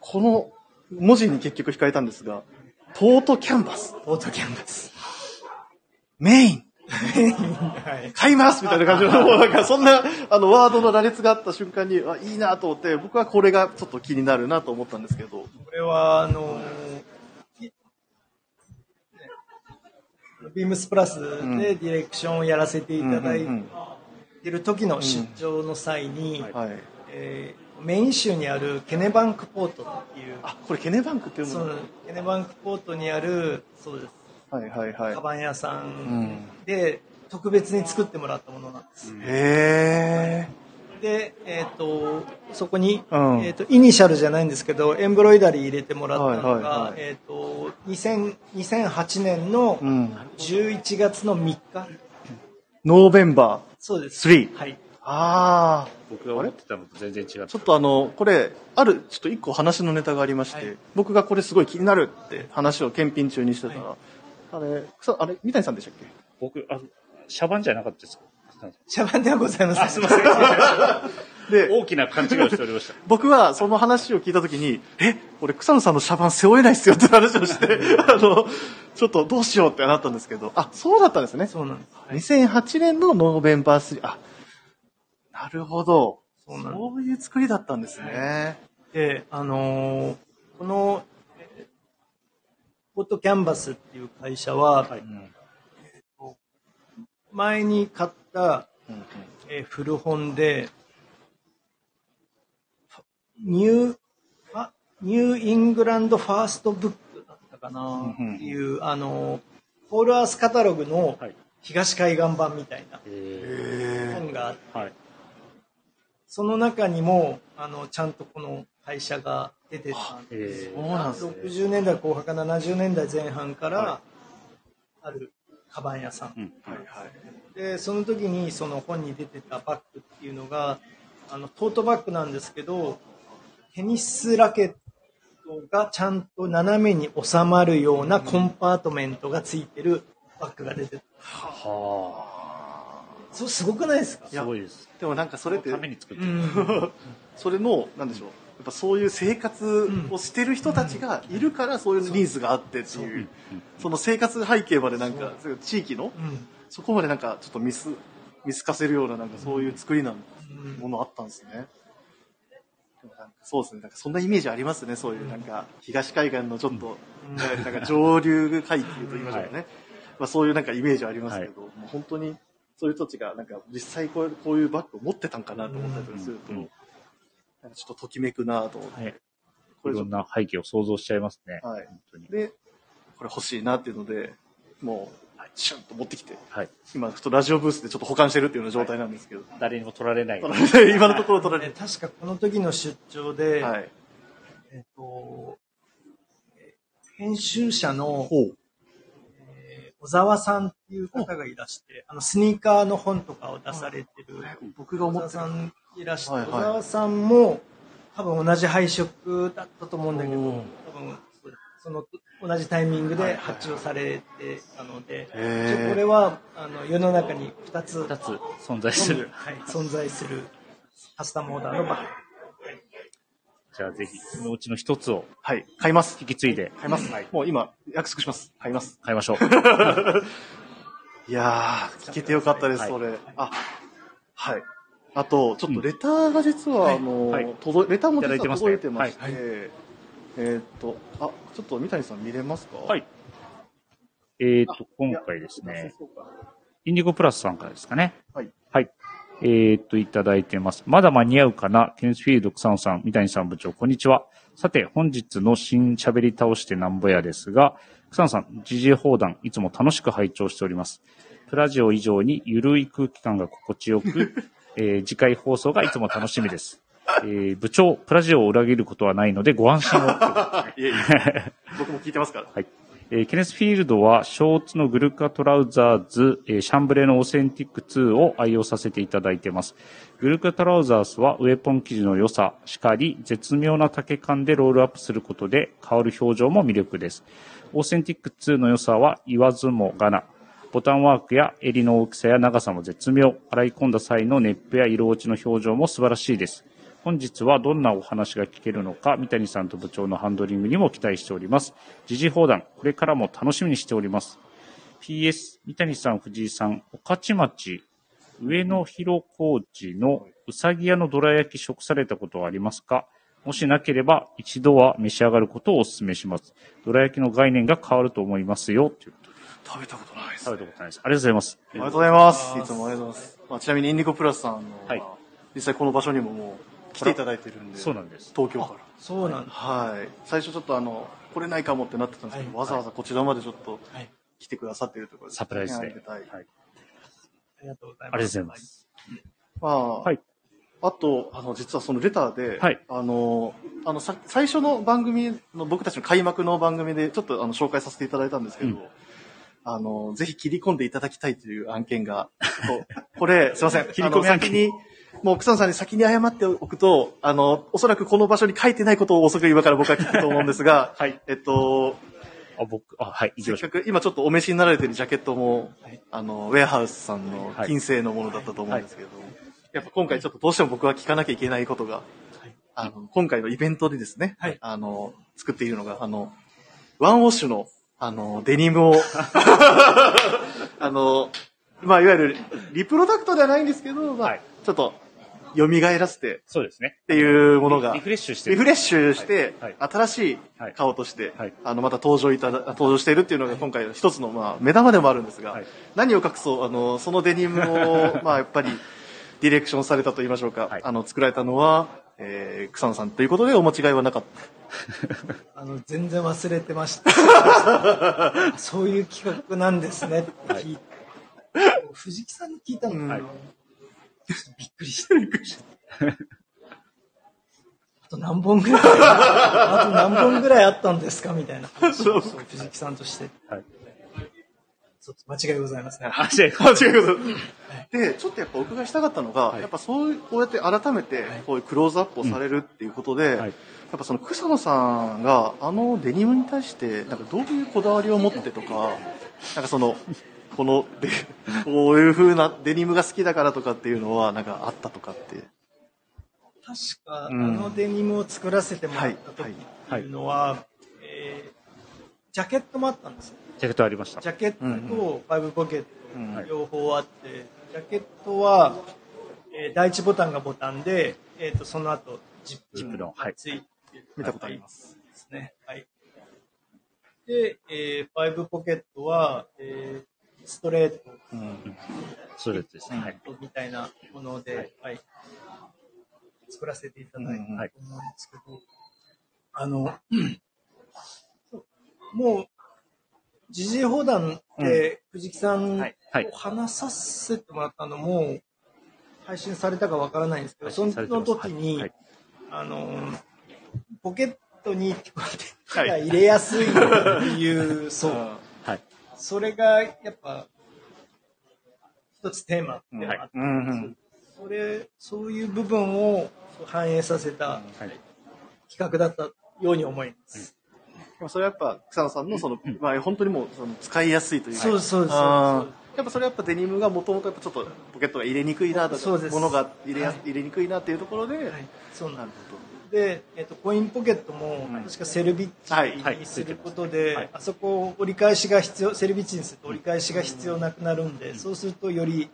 この文字に結局惹かれたんですが、トートキャンバス、オートキャンバス。メインはい。買いますみたいな感じの、 もうなんかそんな、あの、ワードの羅列があった瞬間に、あ、いいなと思って、僕はこれがちょっと気になるなと思ったんですけど。これは、あのービームスプラスでディレクションをやらせていただいてる時の出張の際に、はい。えーメイン州にあるケネバンクポートっていうあ、これケネバンクっていうそもののケネバンクポートにあるそうですはいはいはいカ。バン屋さんんで特別に作ってもらったものなんです、へで、えー、とそこに、うんえー、とイニシャルじゃないんですけどエンブロイダリー入れてもらったのが、はいはいはいえー、と2000 2008年のーうん。 11月の3日ノーベンバそうですー3。はいああ。僕が思ってたのと全然違う。ちょっとあの、これ、ある、ちょっと一個話のネタがありまして、はい僕がこれすごい気になるって話を検品中にしてたら、あれ、草あれ、三谷さんでしたっけ僕、あ、シャバンじゃなかったですか茶番ではございませんあ、すいません。で、大きな勘違いをしておりました。僕はその話を聞いたときに、え、俺草野さんの茶番背負えないっすよって話をして、あの、ちょっとどうしようってなったんですけど、あ、そうだったんですね。そうなんです2008年のノーベンバー3、あ、なるほど。そうなんですそういう作りだったんですね。で、あのーこの、えーフォトキャンバスっていう会社 は、うん前に買った、うんえー古本で、ニュー、あニューイングランドファーストブックだったかなうんうんっていう、あのーポールアースカタログのはい東海岸版みたいなえへ本があって、ー、はい。その中にも、あの、ちゃんとこの会社が出てたんですえーそうー、なんですね。 60年代後半か70年代前半からあるカバン屋さん、うん。はいはい。でその時にその本に出てたバッグっていうのがあのトートバッグなんですけどテニスラケットがちゃんと斜めに収まるようなコンパートメントがついてるバッグが出てたはそうすごくないですかあ。すごいです。でもなんかそれってた、めに作ってうる。ん、それの、なんでしょう。やっぱそういう生活をしてる人たちがいるから、そういうニーズがあってっていう、その生活背景までなんか、そういう地域の、うんそこまでなんかちょっと見す、見透かせるようななんかそういう作りなうんものあったんですね。でもなんかそうですね。なんかそんなイメージありますね。そういうなんか東海岸のちょっと、なんか上流階級と言いましょうかね。まあそういうなんかイメージはありますけど、もう本当にそういう人たちがなんか実際こういうこういうバッグを持ってたんかなと思ったりとかすると、うんうんなんかちょっとときめくなと思って、はい。こいれちろょっんな背景を想像しちゃいますね。と、はい。本当に。で、これ欲しいなっていうので、もう、シュンと持ってきて、はい。今、ちょっとラジオブースでちょっと保管してるっていうような状態なんですけど、誰にも取られない。取られて今のところ取られねて確かこの時の出張で、る。はい。えっとえ編集者のほう。えー小沢さんっていう方がいらして、あの、スニーカーの本とかを出されてる、僕が小思沢ってさた。んいらして、はいはい小沢さんも、多分同じ配色だったと思うんだけど、お多ー分、その、同じタイミングはいではい発注されてたので、へー一応これは、あの、世の中に2つ、二つ存在する。はい、存在するカスタムオーダーのバッグ。じゃあぜひ、そのうちの一つをはい。買います。引き継いで買います。もう今、約束します。買います。買いましょう。いやー、聞けてよかったです、はいそれ。あ、はい。あと、ちょっとレターが実は、あの、はい届いレターも実いただいてはます届ねいてまして、はいえーっと、あ、ちょっと三谷さん見れますか。はいい。えっ、ー、と、今回ですね、インディゴプラスさんからですかね。はい。はい。えっ、と、いただいてます。まだ間に合うかなケンスフィールド草野さん、三谷さん部長、こんにちは。さて、本日の新喋り倒してなんぼやですが、草野さん、時事放談、いつも楽しく拝聴しております。プラジオ以上にゆるい空気感が心地よ く、えー次回放送がいつも楽しみです。えー部長、プラジオを裏切ることはないのでご安心を。あ、いえいえ。 僕も聞いてますから。はい。えーケネスフィールドは、ショーツのグルカトラウザーズ、えーシャンブレのオーセンティック2を愛用させていただいてます。グルカトラウザーズは、ウェポン生地の良さ、しかり、絶妙な丈感でロールアップすることで、変わる表情も魅力です。オーセンティック2の良さは、言わずもがな。ボタンワークや襟の大きさや長さも絶妙。洗い込んだ際のネップや色落ちの表情も素晴らしいです。本日はどんなお話が聞けるのか、三谷さんと部長のハンドリングにも期待しております。時事放談、これからも楽しみにしております。PS、三谷さん、藤井さん、御徒町、上野広小路のうさぎ屋のどら焼き食されたことはありますかもしなければ、一度は召し上がることをお勧めします。どら焼きの概念が変わると思いますよ、ということで食べたことないです、ね。食べたことないです。ありがとうございます。ありがとうございます。いつもありがとうございます。まあ、ちなみにインディコプラスさんの、はい実際この場所にももう来ていただいてるんで、そうなんです。東京から。そうなんだ。はい。最初ちょっとあの、来れないかもってなってたんですけど、はいわざわざこちらまでちょっとはい。来てくださってるところサプライズで。ありがたいはいありがとうございあります。がとうございます。まあ、はいあと、あの、実はそのレターで、はいあの、あの、さ最初の番組の、僕たちの開幕の番組で、ちょっとあの、紹介させていただいたんですけど、うんあの、ぜひ切り込んでいただきたいという案件 が、ちょっとこれ、すいません。切り込みあ案件、の先に、もう、草野さんに先に謝っておくと、あの、おそらくこの場所に書いてないことを遅く今から僕は聞くと思うんですが はい。えっと、あ、僕、あ、はい、行きせっましょかく、今ちょっとお召しになられてるジャケットも、はいあの、ウェアハウスさんのはい金製のものだったと思うんですけれども、やっぱ今回ちょっとどうしても僕は聞かなきゃいけないことが、はいあの、今回のイベントでですね、はいあの、作っているのが、あの、ワンウォッシュの、あの、デニムを、 あの、まあ、いわゆるリプロダクトではないんですけど、う。まはあい、。ちょっと、蘇らせてそうですね。っていうものがリ、フレッシュしてリるフレッシュして、はい新しい顔として、はいあの、また登場いただ、登場しているっていうのが今回の一つの、まあ、目玉でもあるんですが、はい何を隠そう、あの、そのデニム を、まあ、やっぱり、ディレクションされたと言いましょうか、はいあの、作られたのは、えー、草野さんということでお間違いはなかった。あの、全然忘れてま した。そういう企画なんですねって聞い藤木さんに聞いたの、はいびっくりした。あと何本ぐ らい、あと何本ぐらいあったんですかみたいな話をそう藤木さんとして。はい。ちょっと間違いございません。あ、違う。間違いなかった。 で、ちょっとやっぱお伺いしたかったのが、はいやっぱそういう、こうやって改めてはい、こういうクローズアップをされるっていうことで、はいやっぱその草野さんがあのデニムに対してなんかどういうこだわりを持ってとかなんかそのこのでこういう風なデニムが好きだからとかっていうのはなんかあったとかって確か、うんあのデニムを作らせてもらった時はいっていうのは、えージャケットもあったんですよ。ジャケットありました。ジャケットとファイブポケッうんト両方あって、ジャケットは、えー第一ボタンがボタンで、えー、とその後ジップジップの。はがい。ついてる。見たことありますですね。はい。で、えー、ファイブポケットは、えーストレートうんそうですね。はい。みたいなもので、はい、作らせていただいたと思うんですけど、あの、 もう、時事砲弾で藤木さんはいはいと話させてもらったのも、配信されたかわからないんですけど、配そ信されてのます時に、はいあの、ポケットにこうやって手はが入れやすいっていう、 そう。はい。それがやっぱ一つテーマでもあって、うんうんそれそういう部分を反映させたはい。企画だったように思います。でもそれはやっぱ草野さんのその、まあ、本当にもうその使いやすいというかそうですそうですあーそうでやっぱそれはやっぱデニムがもともとやっぱちょっとポケットが入れにくいなとそうかです物が入れやすはい入れにくいなっていうところで、はい、そうななんるでほどすで、えっとコインポケットもはい確かセルビはいはッチいにすることで、はいあそこを折り返しが必要セルビッチにすると折り返しが必要なくなるんで、そうするとより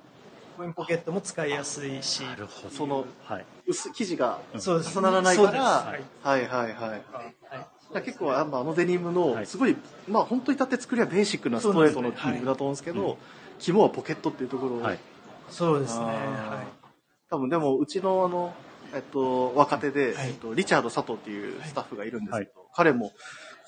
コインポケットも使いやすいし、なるほど。そのはい。薄生地がそうです重ならないから、そうですはい、はいはいはいはいはだいから結構あのあのデニムのはいすごい、まあ本当に至って作りはベーシックなストレートのデニムだと思うんですけどそうなん肝はポケットっていうところを、はい。そうですね。あーはい多分でもうちのあの、えっと、若手で、はいえっと、リチャード佐藤っていうスタッフがいるんですけど、彼も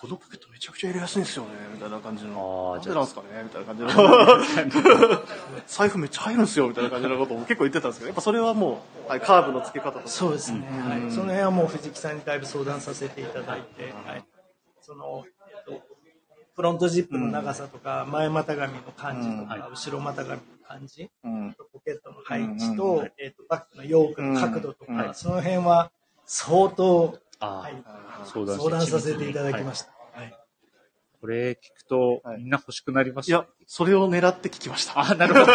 このポケットめちゃくちゃ入れやすいんですよねみたいな感じのあーなんじでゃあなんですかねみたいな感じの 財布めっちゃ入るんですよみたいな感じのことを結構言ってたんですけどやっぱそれはもうはいカーブの付け方とかそうですね、んはい、その辺はもう藤木さんにだいぶ相談させていただいて、はい、その、えっと、フロントジップの長さとか、前股上の感じとか、うんは後ろ股上の感じ、うんポケットの配置と、うんうんうえっと、バッグのヨークの角度とか、うんはいその辺は相当、 あはい、あ、相談相談させていただきましした。はいた。これ聞くとは、いみんな欲しくなりまいした。や、それを狙って聞きました。 あ、なるほど。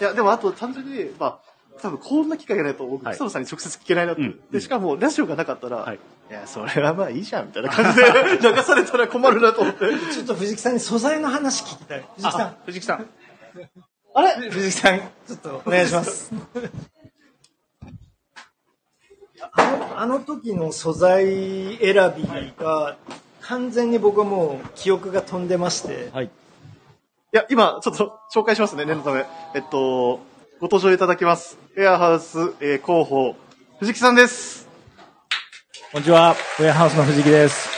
いや、でもあと単純に、まあ、多分こんな機会がないと僕、はい草野さんに直接聞けないなって。うんで、しかも、ラジオがなかったら、はいい、や、それはまあいいじゃん、みたいな感 じで流されたら困るなと思って。ちょっと藤木さんに素材の話聞きたい。藤木さんあ、藤木さん。あれ藤木さん、ちょっとお願いします。あのあの時の素材選びが完全に僕はもう記憶が飛んでまして、はい。や、今、ちょっと紹介しますね、念のため。えっと、ご登場いただきます。エアハウス、えー広報、藤木さんです。こんにちは。ウェアハウスの藤木です。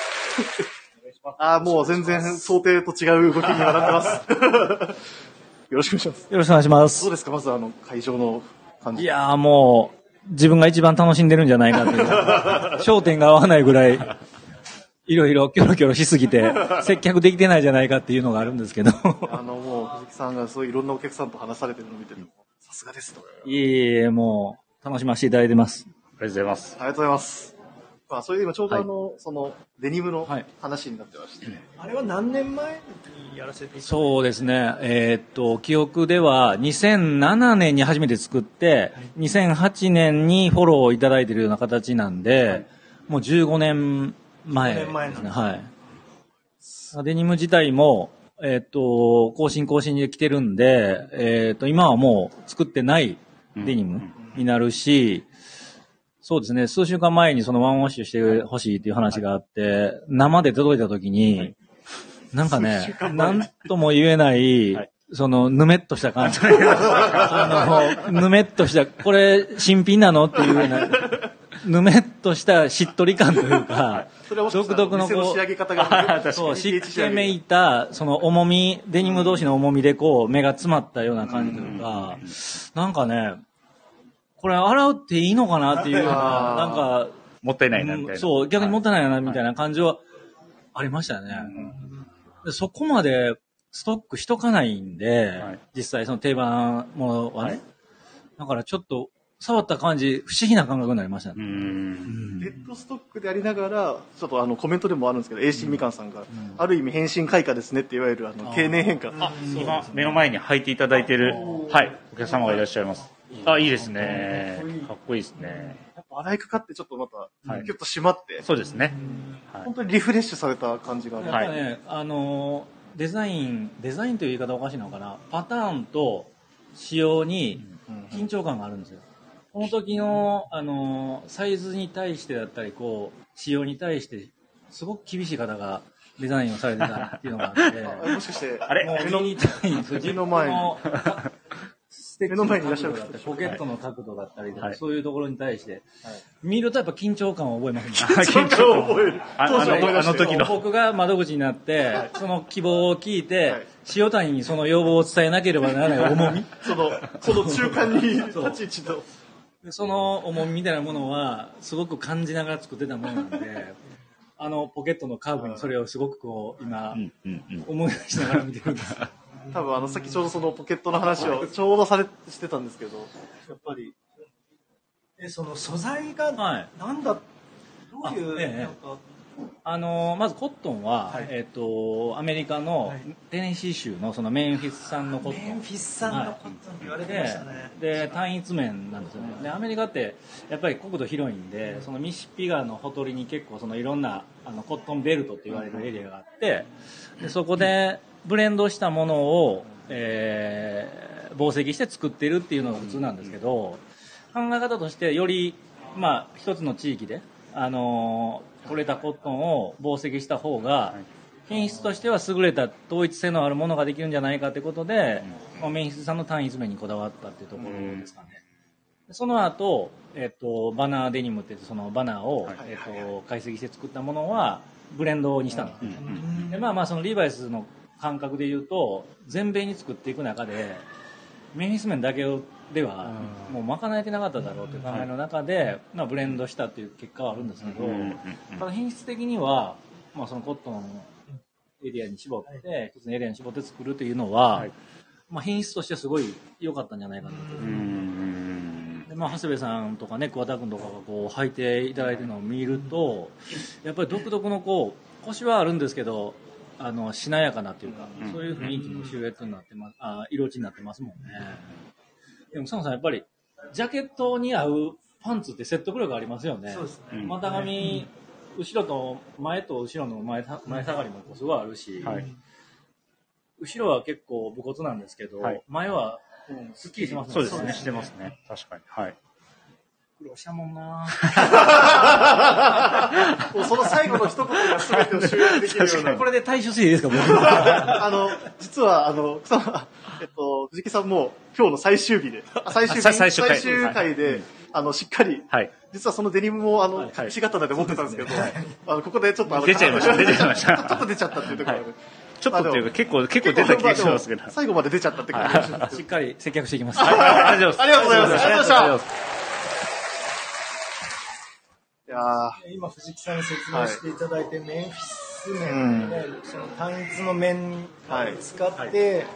ああ、もう全然想定と違う動きにはなってます。 よろしくお願いします。よろしくお願いしまどうす。ですかまずあの、会場の感いじ。やーもう、自分が一番楽しんでるんじゃないかっていう。焦点が合わないぐらい、いろいろキョロキョロしすぎて、接客できてないじゃないかっていうのがあるんですけど。あの、もう藤木さんがそういろんなお客さんと話されてるのを見てるのさすがですと。あいえいえ、もう、楽しませていただいてます。がとうございます。りがとうございます。まあ、それで今ちょうどあの、その、デニムのはい話になってまして、ねあれは何年前にやらせていただいたそうですね。えーっと、記憶では2007年に初めて作って、2008年にフォローをいただいているような形なんで、もう15年前で15す年前なんね。だはい。デニム自体も、えーっと、更新更新で来てるんで、えーっと、今はもう作ってないデニムになるし、そうですね。数週間前にそのワンウォッシュしてほしいっていう話があって、生で届いた時に、なんかね、なんとも言えない、その、ぬめっとした感じ。あの、ぬめっとした、これ、新品なのっていうような、ぬめっとしたしっとり感というか、それはもしかし独たら特の店の仕上げ方が、そう、 PH 湿仕上気げめいた、その重み、デニム同士の重みでこう、目が詰まったような感じというか、なんかね、これ洗うっていいのかなっていうような、あーなんか、もったいないな、みたいな。そう、逆にもったいいないな、みたいな感じはありましたね。でそこまでストックしとかないんで、はい実際その定番ものはね。はいだからちょっと、触った感じ、不思議な感覚になりましたうね。ん。レッドストックでありながら、ちょっとあのコメントでもあるんですけど、AC みかんさんが、ある意味変身開花ですねって、いわゆるあのあー経年変化。あ、今、目の前に履いていただいてる、はい、お客様がいらっしゃいます。あ、いいですね。かっこいいですね。やっぱ洗いかかってちょっとまた、はいぎゅっと締まって、そうですね。はい本当にリフレッシュされた感じがある。やっぱね、あのー、デザイン、デザインという言い方おかしいのかな、パターンと仕様に緊張感があるんですよ。この時の、あのー、サイズに対してだったり、こう、仕様に対して、すごく厳しい方がデザインをされてたっていうのがあって、 あもしかして、あれもう目のミニタイプ目の前にこのステッチの目の前にいらっしゃる角度だったりポケットの角度だったりとか、はいそういうところに対して、見るとやっぱ緊張感を覚えますね。緊張を覚える。 あ当時を思い出してあの時の僕が窓口になって、その希望を聞いはてい、塩谷にその要望を伝えなければならない重み。その、その中間に、立ち位置と。その重みみたいなものは、すごく感じながら作ってたものなんで、あのポケットのカーブにそれをすごくこう、今う、んうんうん。思い出しながら見てるんです。多分あの、さっきちょうどそのポケットの話をちょうどされ、してたんですけど、やっぱり、えその素材がはいなんだ、どういう、あええなんか、あのまずコットンは、はいえっ、と、アメリカのはいテネシー州のそのメンフィス産のコットン。メンフィスさんのコットンって言われてましたね。で単一面なんですよねでアメリカってやっぱり国土広いんでそのミシシッピ川のほとりに結構そのいろんなあのコットンベルトって言われるエリアがあってでそこでブレンドしたものを、えー、紡績して作ってるっていうのが普通なんですけど考え方としてより、まあ、一つの地域で、あのー取れたコットンを紡績した方が品質としては優れた統一性のあるものができるんじゃないかということで、まあ、メンヒスさんの単一面にこだわったっていうところですかね。でその後、えっと、バナーデニムって言ってそのバナーを、はいえっと、解析して作ったものはブレンドにしたんですね、うんうんでまあまあそのリーバイスの感覚で言うと全米に作っていく中でメンフィス面だけではもう賄えてなかっただろうという考えの中で、まあ、ブレンドしたという結果はあるんですけど、うんうんうんただ品質的には、まあ、そのコットンのエリアに絞って一つのエリアに絞って作るというのは、はいまあ、品質としてすごい良かったんじゃないかなと。うんうんでまあ、長谷部さんとかね桑田君とかがこう履いていただいてるのを見るとやっぱり独特のこう腰はあるんですけどあのしなやかなというか、うんそういう雰囲気のシルエットになってますあ色落ちになってますもんねでも草野さんやっぱりジャケットに合うパンツって説得力ありますよねそうですね。うん股上後ろと前と後ろの前た前下がりもこうすごいあるし、はい後ろは結構武骨なんですけど、はい前は、うん、すっきりしますもそんうですね、してますね。確かに。はい。苦労したもんなもうその最後の一言が全てを集約できるような。ここれ、れで対処していいですか、僕。あの、実は、あの、草野えっと、藤木さんも今日の最終日で、あ最終日、あ最最終回最終回で、あの、しっかり、はい。実はそのデニムも、あの、はい隠し刀で持ってたんですけど、あの、ここでちょっとあの、出ちゃい ました出ちゃいましたちょっと出ちゃったっていうところで。ちょっとっていうか、結構、結構出た気がしますけどまあでも。最後まで出ちゃったって感じがしますしっかり接客していきます。ありがとうございますありがとうございます。ありがとうございま。ありがとうございますいやー今、藤木さんに説明していただいて、メンフィス面、いわゆるその単一の面を使って、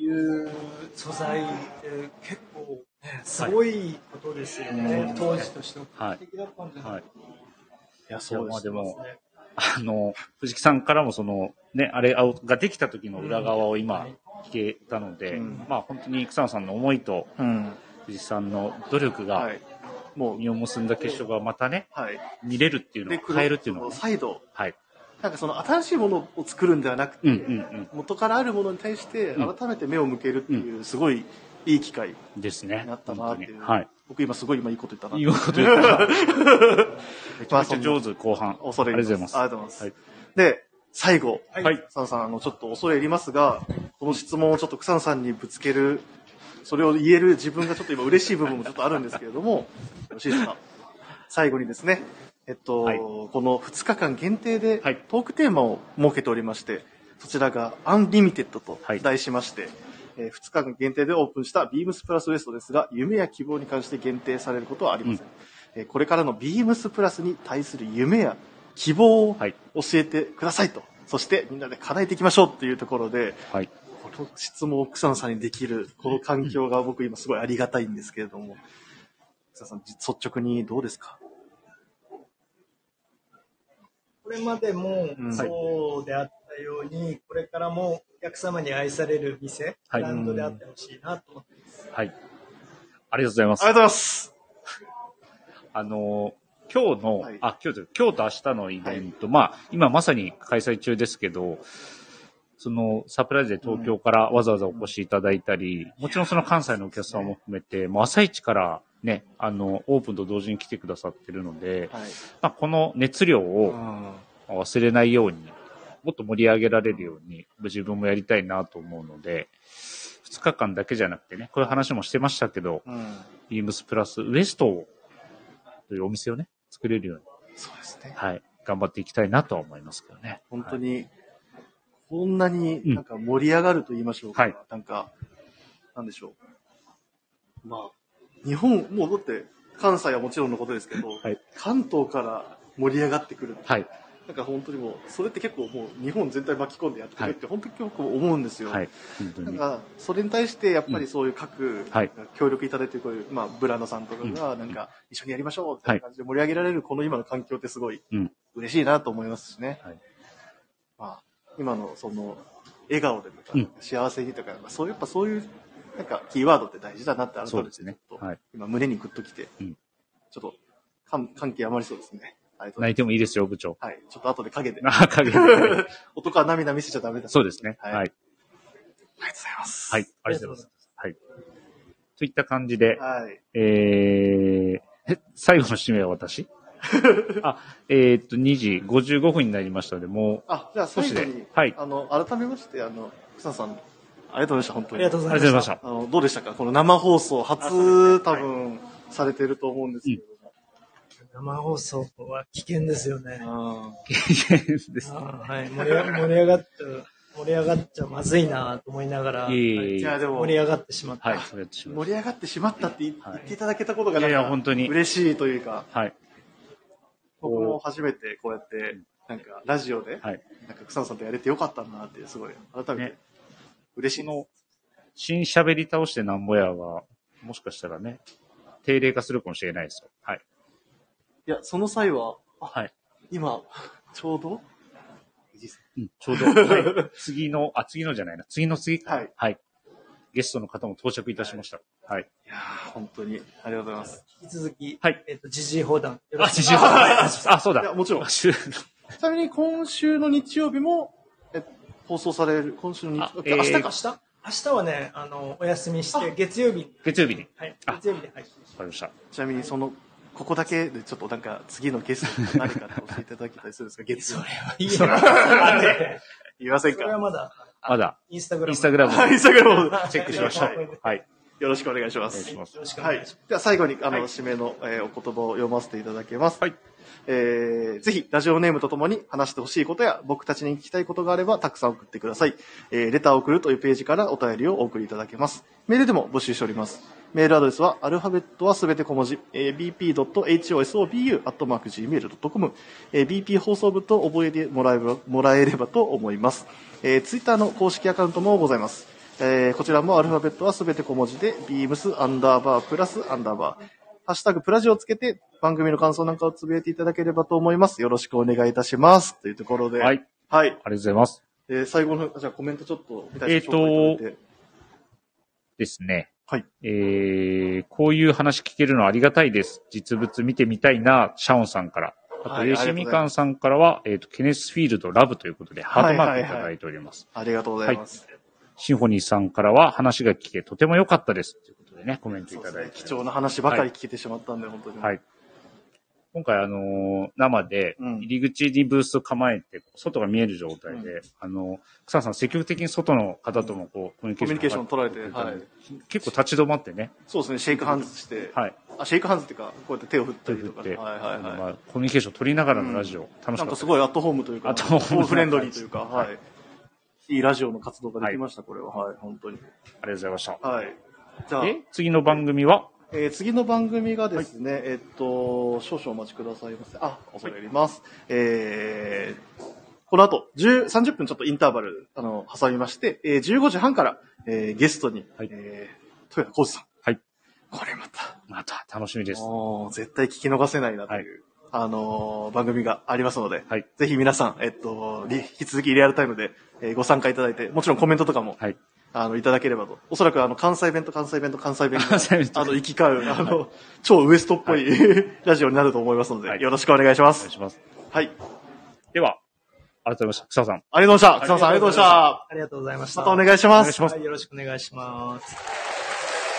いう素材って結構、ね、すごいことですよね、当時として画期的だったんじゃないかいや、そうなです。でも、ねあの、藤木さんからもその、ね、あれができた時の裏側を今聞けたので、うんまあ本当に草野さんの思いとうん。藤木さんの努力はがい。もう、実を結んだ結晶がまたね、はい。見れるっていうので、を変えるっていうのは、ね、再度、はい。なんかその新しいものを作るんではなくて、うんうん元からあるものに対してうん改めて目を向けるっていう、すごいいい機会うん。ですね。になったなっていう。本当にはい。僕今すごい今いいこと言ったな。いいこと言った な。めちまゃあくちそゃんな上手後半。恐れあ入りがとりうごますあざいます。りがとうで、最後、はい。ははいい。草野さん、あの、ちょっと恐れ入りますが、この質問をちょっと草野さんにぶつける、それを言える自分がちょっと今嬉しい部分もちょっとあるんですけれ ども、よろしいですか最後にですね、えっと、はいこの2日間限定ではいトークテーマを設けておりまして、そちらがアンリミテッドとはい題しまして、え2日間限定でオープンしたビームスプラスウエストですが、夢や希望に関して限定されることはありません。えーこれからのビームスプラスに対する夢や希望をはい教えてくださいと、そしてみんなで叶えていきましょうっていうところで、はい。この質問を草野さんにできる、この環境が僕今すごいありがたいんですけれども、草野さん、じ率直にどうですかこれまでもうんそうであったように、これからもお客様に愛される店、はいブランドであってほしいなと思ってます。はい。ありがとうございますあ。りがとうございますあの、今日の、はいあ、今日というか今日と明日のイベント、まあ、今まさに開催中ですけど、そのサプライズで東京からわざわざお越しいただいたり、もちろんその関西のお客様も含めて、もう朝一からね、あの、オープンと同時に来てくださってるので、はい。まあ、この熱量をうん忘れないように、もっと盛り上げられるように、自分もやりたいなと思うので、2日間だけじゃなくてね、こういう話もしてましたけど、うん。ビームスプラスウエストを、というお店をね、作れるように、そうですね。はい、頑張っていきたいなとは思いますけどね。本当に。に、こんなになんか盛り上がると言いましょうか、はいなんか、なんでしょう。まあ、日本、もうだって、関西はもちろんのことですけど、はい関東から盛り上がってくる。はい、なんか本当にもう、それって結構もう日本全体巻き込んでやってくるって、本当に僕も思うんですよ。はい、本当なんに。か、それに対して、やっぱりそういう各、はい協力いただいてるこういう、まあ、ブランドさんとかが、なんか、一緒にやりましょうみたいな感じで盛り上げられる、この今の環境ってすごいうん、嬉しいなと思いますしね。はいまあ、今の、その、笑顔でとか、うん幸せにとか、まあそう、やっぱそういう、なんか、キーワードって大事だなって改そうめでて、すちょっねと、。はい。今、胸にグッときて、うんちょっと、感感極まりそうですね。ありがとうござ泣いいてもいいですよ、部長。ます。はい。ちょっと後で影で。あ、影ではい 男は涙見せちゃダメだ。そうですね。ははいい。はい、ありがとうございます。ありがとうございます。はい。といった感じで、はい。えー、え最後の締めは私あ、えーっと、2時55分になりましたので、もう、あ、じゃあ少最し後でに、はいあの、改めまして、あの、草野さん、ありがとうございました、本当に。ありがとうごあざりがとうございいままし。したた。あの、どうでしたかこの生放送、初、多分、されてると思うんですけど。生放送は危険ですよね。あです。あーはい、盛り上盛り上がっちゃう、盛り上がっちゃまずいなと思いながら、いえいえーいいえ。や、はでも盛、り上がってしまった。い、そうやってしまい盛ましり上がってしまったって言はい言っていただけたことがなんいか、やいや本当に嬉しいというか、た。はい。僕も初めてこうやって、なんか、ラジオで、はい。なんか草野さんとやれてよかったなって、すごい、改めてね、嬉しそいの。の、新喋り倒してなんぼやは、もしかしたらね、定例化するかもしれないですよ。はい。いや、その際は、はい。今、 ちょうど、うん、ちょ うど、はい、次の、あ、次のじゃないな、次の次かはいはい。ゲストの方も到着いたしました。はい。いやー本当に、ありがとうございます。引き続き、はい。えっ、と、時事放談。よろあ、しく自信を あ、そういや だ。もちろんあしゅちなみに今週の日曜日も、え放送される、今週の日あ曜日、えー明日か、明日明日はね、あの、お休みして、月曜日に、月曜日に。わはい、あ月曜日に配信しかりました。ちなみにその、ここだけでちょっとなんか次のゲストが誰かって教えていただけたりするんですかて月そ曜れ日。はいいや言いませんそれはかまだ、まだ、インスタグラム。インスタグラムはい、インスタグラムチェックしましょ。はいうはい。よろしくお願いしまお願いしす。ますよ。ろしくおは願いいしま。では最後に、あの、はい締めの、えーお言葉を読ませていただけます。はい。えーぜひ、ラジオネームとともに話してほしいことや、僕たちに聞きたいことがあれば、たくさん送ってください。えーレターを送るというページからお便りをお送りいただけます。メールでも募集しております。メールアドレスは、アルファベットはすべて小文字、えー bp.hosobu.gmail.com、えー bp 放送部と覚えてもらえればもらえればと思います。えー、ツイッターの公式アカウントもございます。えーこちらもアルファベットはすべて小文字で、beams アンダーバープラスアンダーバー。ハッシュタグプラジをつけて、番組の感想なんかをつぶやいていただければと思います。よろしくお願いいたします。というところで。はい。あい。りがとうございます。えー最後の、じゃあコメントちょっと、みたいえなーとて。ですね。はい。えー、こういう話聞けるのありがたいです。実物見てみたいな、シャオンさんから。あはと、いユーシみかんさんからは、えっ、と、ケネスフィールドラブということで、ハートマークいただいております。ありがとうございます。シンフォニーさんからは話が聞け、とても良かったです。ということでね、コメントいそうたですだいねて。貴重な話ばかり聞けてしまったんで、本当に。はい。今回、あのー生で、うん入り口にブースを構えて、外が見える状態で、あのー草野さん積極的に外の方ともこう、コミコミュニケーションを図取られってて、はい。結構立ち止まってね、そうですね、シェイクハンズして、はい。あ、シェイクハンズっていうか、こうやって手を振ったりとか、手を振ってはいはいはい。まあ、コミュニケーション取りながらのラジオ、楽しなかんったかですすごいアットホームというか、アットホームな感じフレンドリーというか、はい。いいラジオの活動ができました、これは。はい、本当に。ありがとうございました。はい。じゃあ、で、次の番組は、えー次の番組がですね、えっと、少々お待ちくださいませ。あ、恐れ入ります。えーこの後、10 30分ちょっとインターバル、あの、挟みまして、えー15時半から、えーゲストに、はいえー、豊田浩二さん。はい。これまた、また楽しみです。もう絶対聞き逃せないなという、あのー番組がありますので、はい。ぜひ皆さん、えっと、り引き続きリアルタイムで、えーご参加いただいて、もちろんコメントとかも、はい。 あの、いただければと。おそらく、あの、関西弁と関西弁と関西弁が関西弁とあの、行き交う、あの、超ウエストっぽい、ラジオになると思いますので、はいよろしくお願いしまお願すい。します。はい。では、改めまして、草野さん。ありがとうございました。草野さん、ありがとうございました。す。ありがとうございました。またお願いしまお願いすし。ますはい、よろしくお願いします。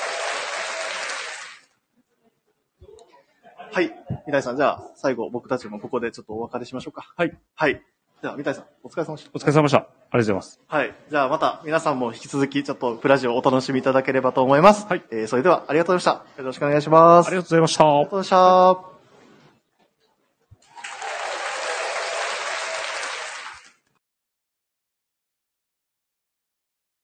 はい。三谷さん、じゃあ、最後、僕たちもここでちょっとお別れしましょうか。はい。はい。じゃあ、三谷さん、お疲れ様でした。お疲れ様でした。ありがとうございます。はい。じゃあ、また、皆さんも引き続き、ちょっと、プラジオをお楽しみいただければと思います。はいえーそれでは、ありがとうございました。よろしくお願いします。ありがとうございました。ありがとうございました。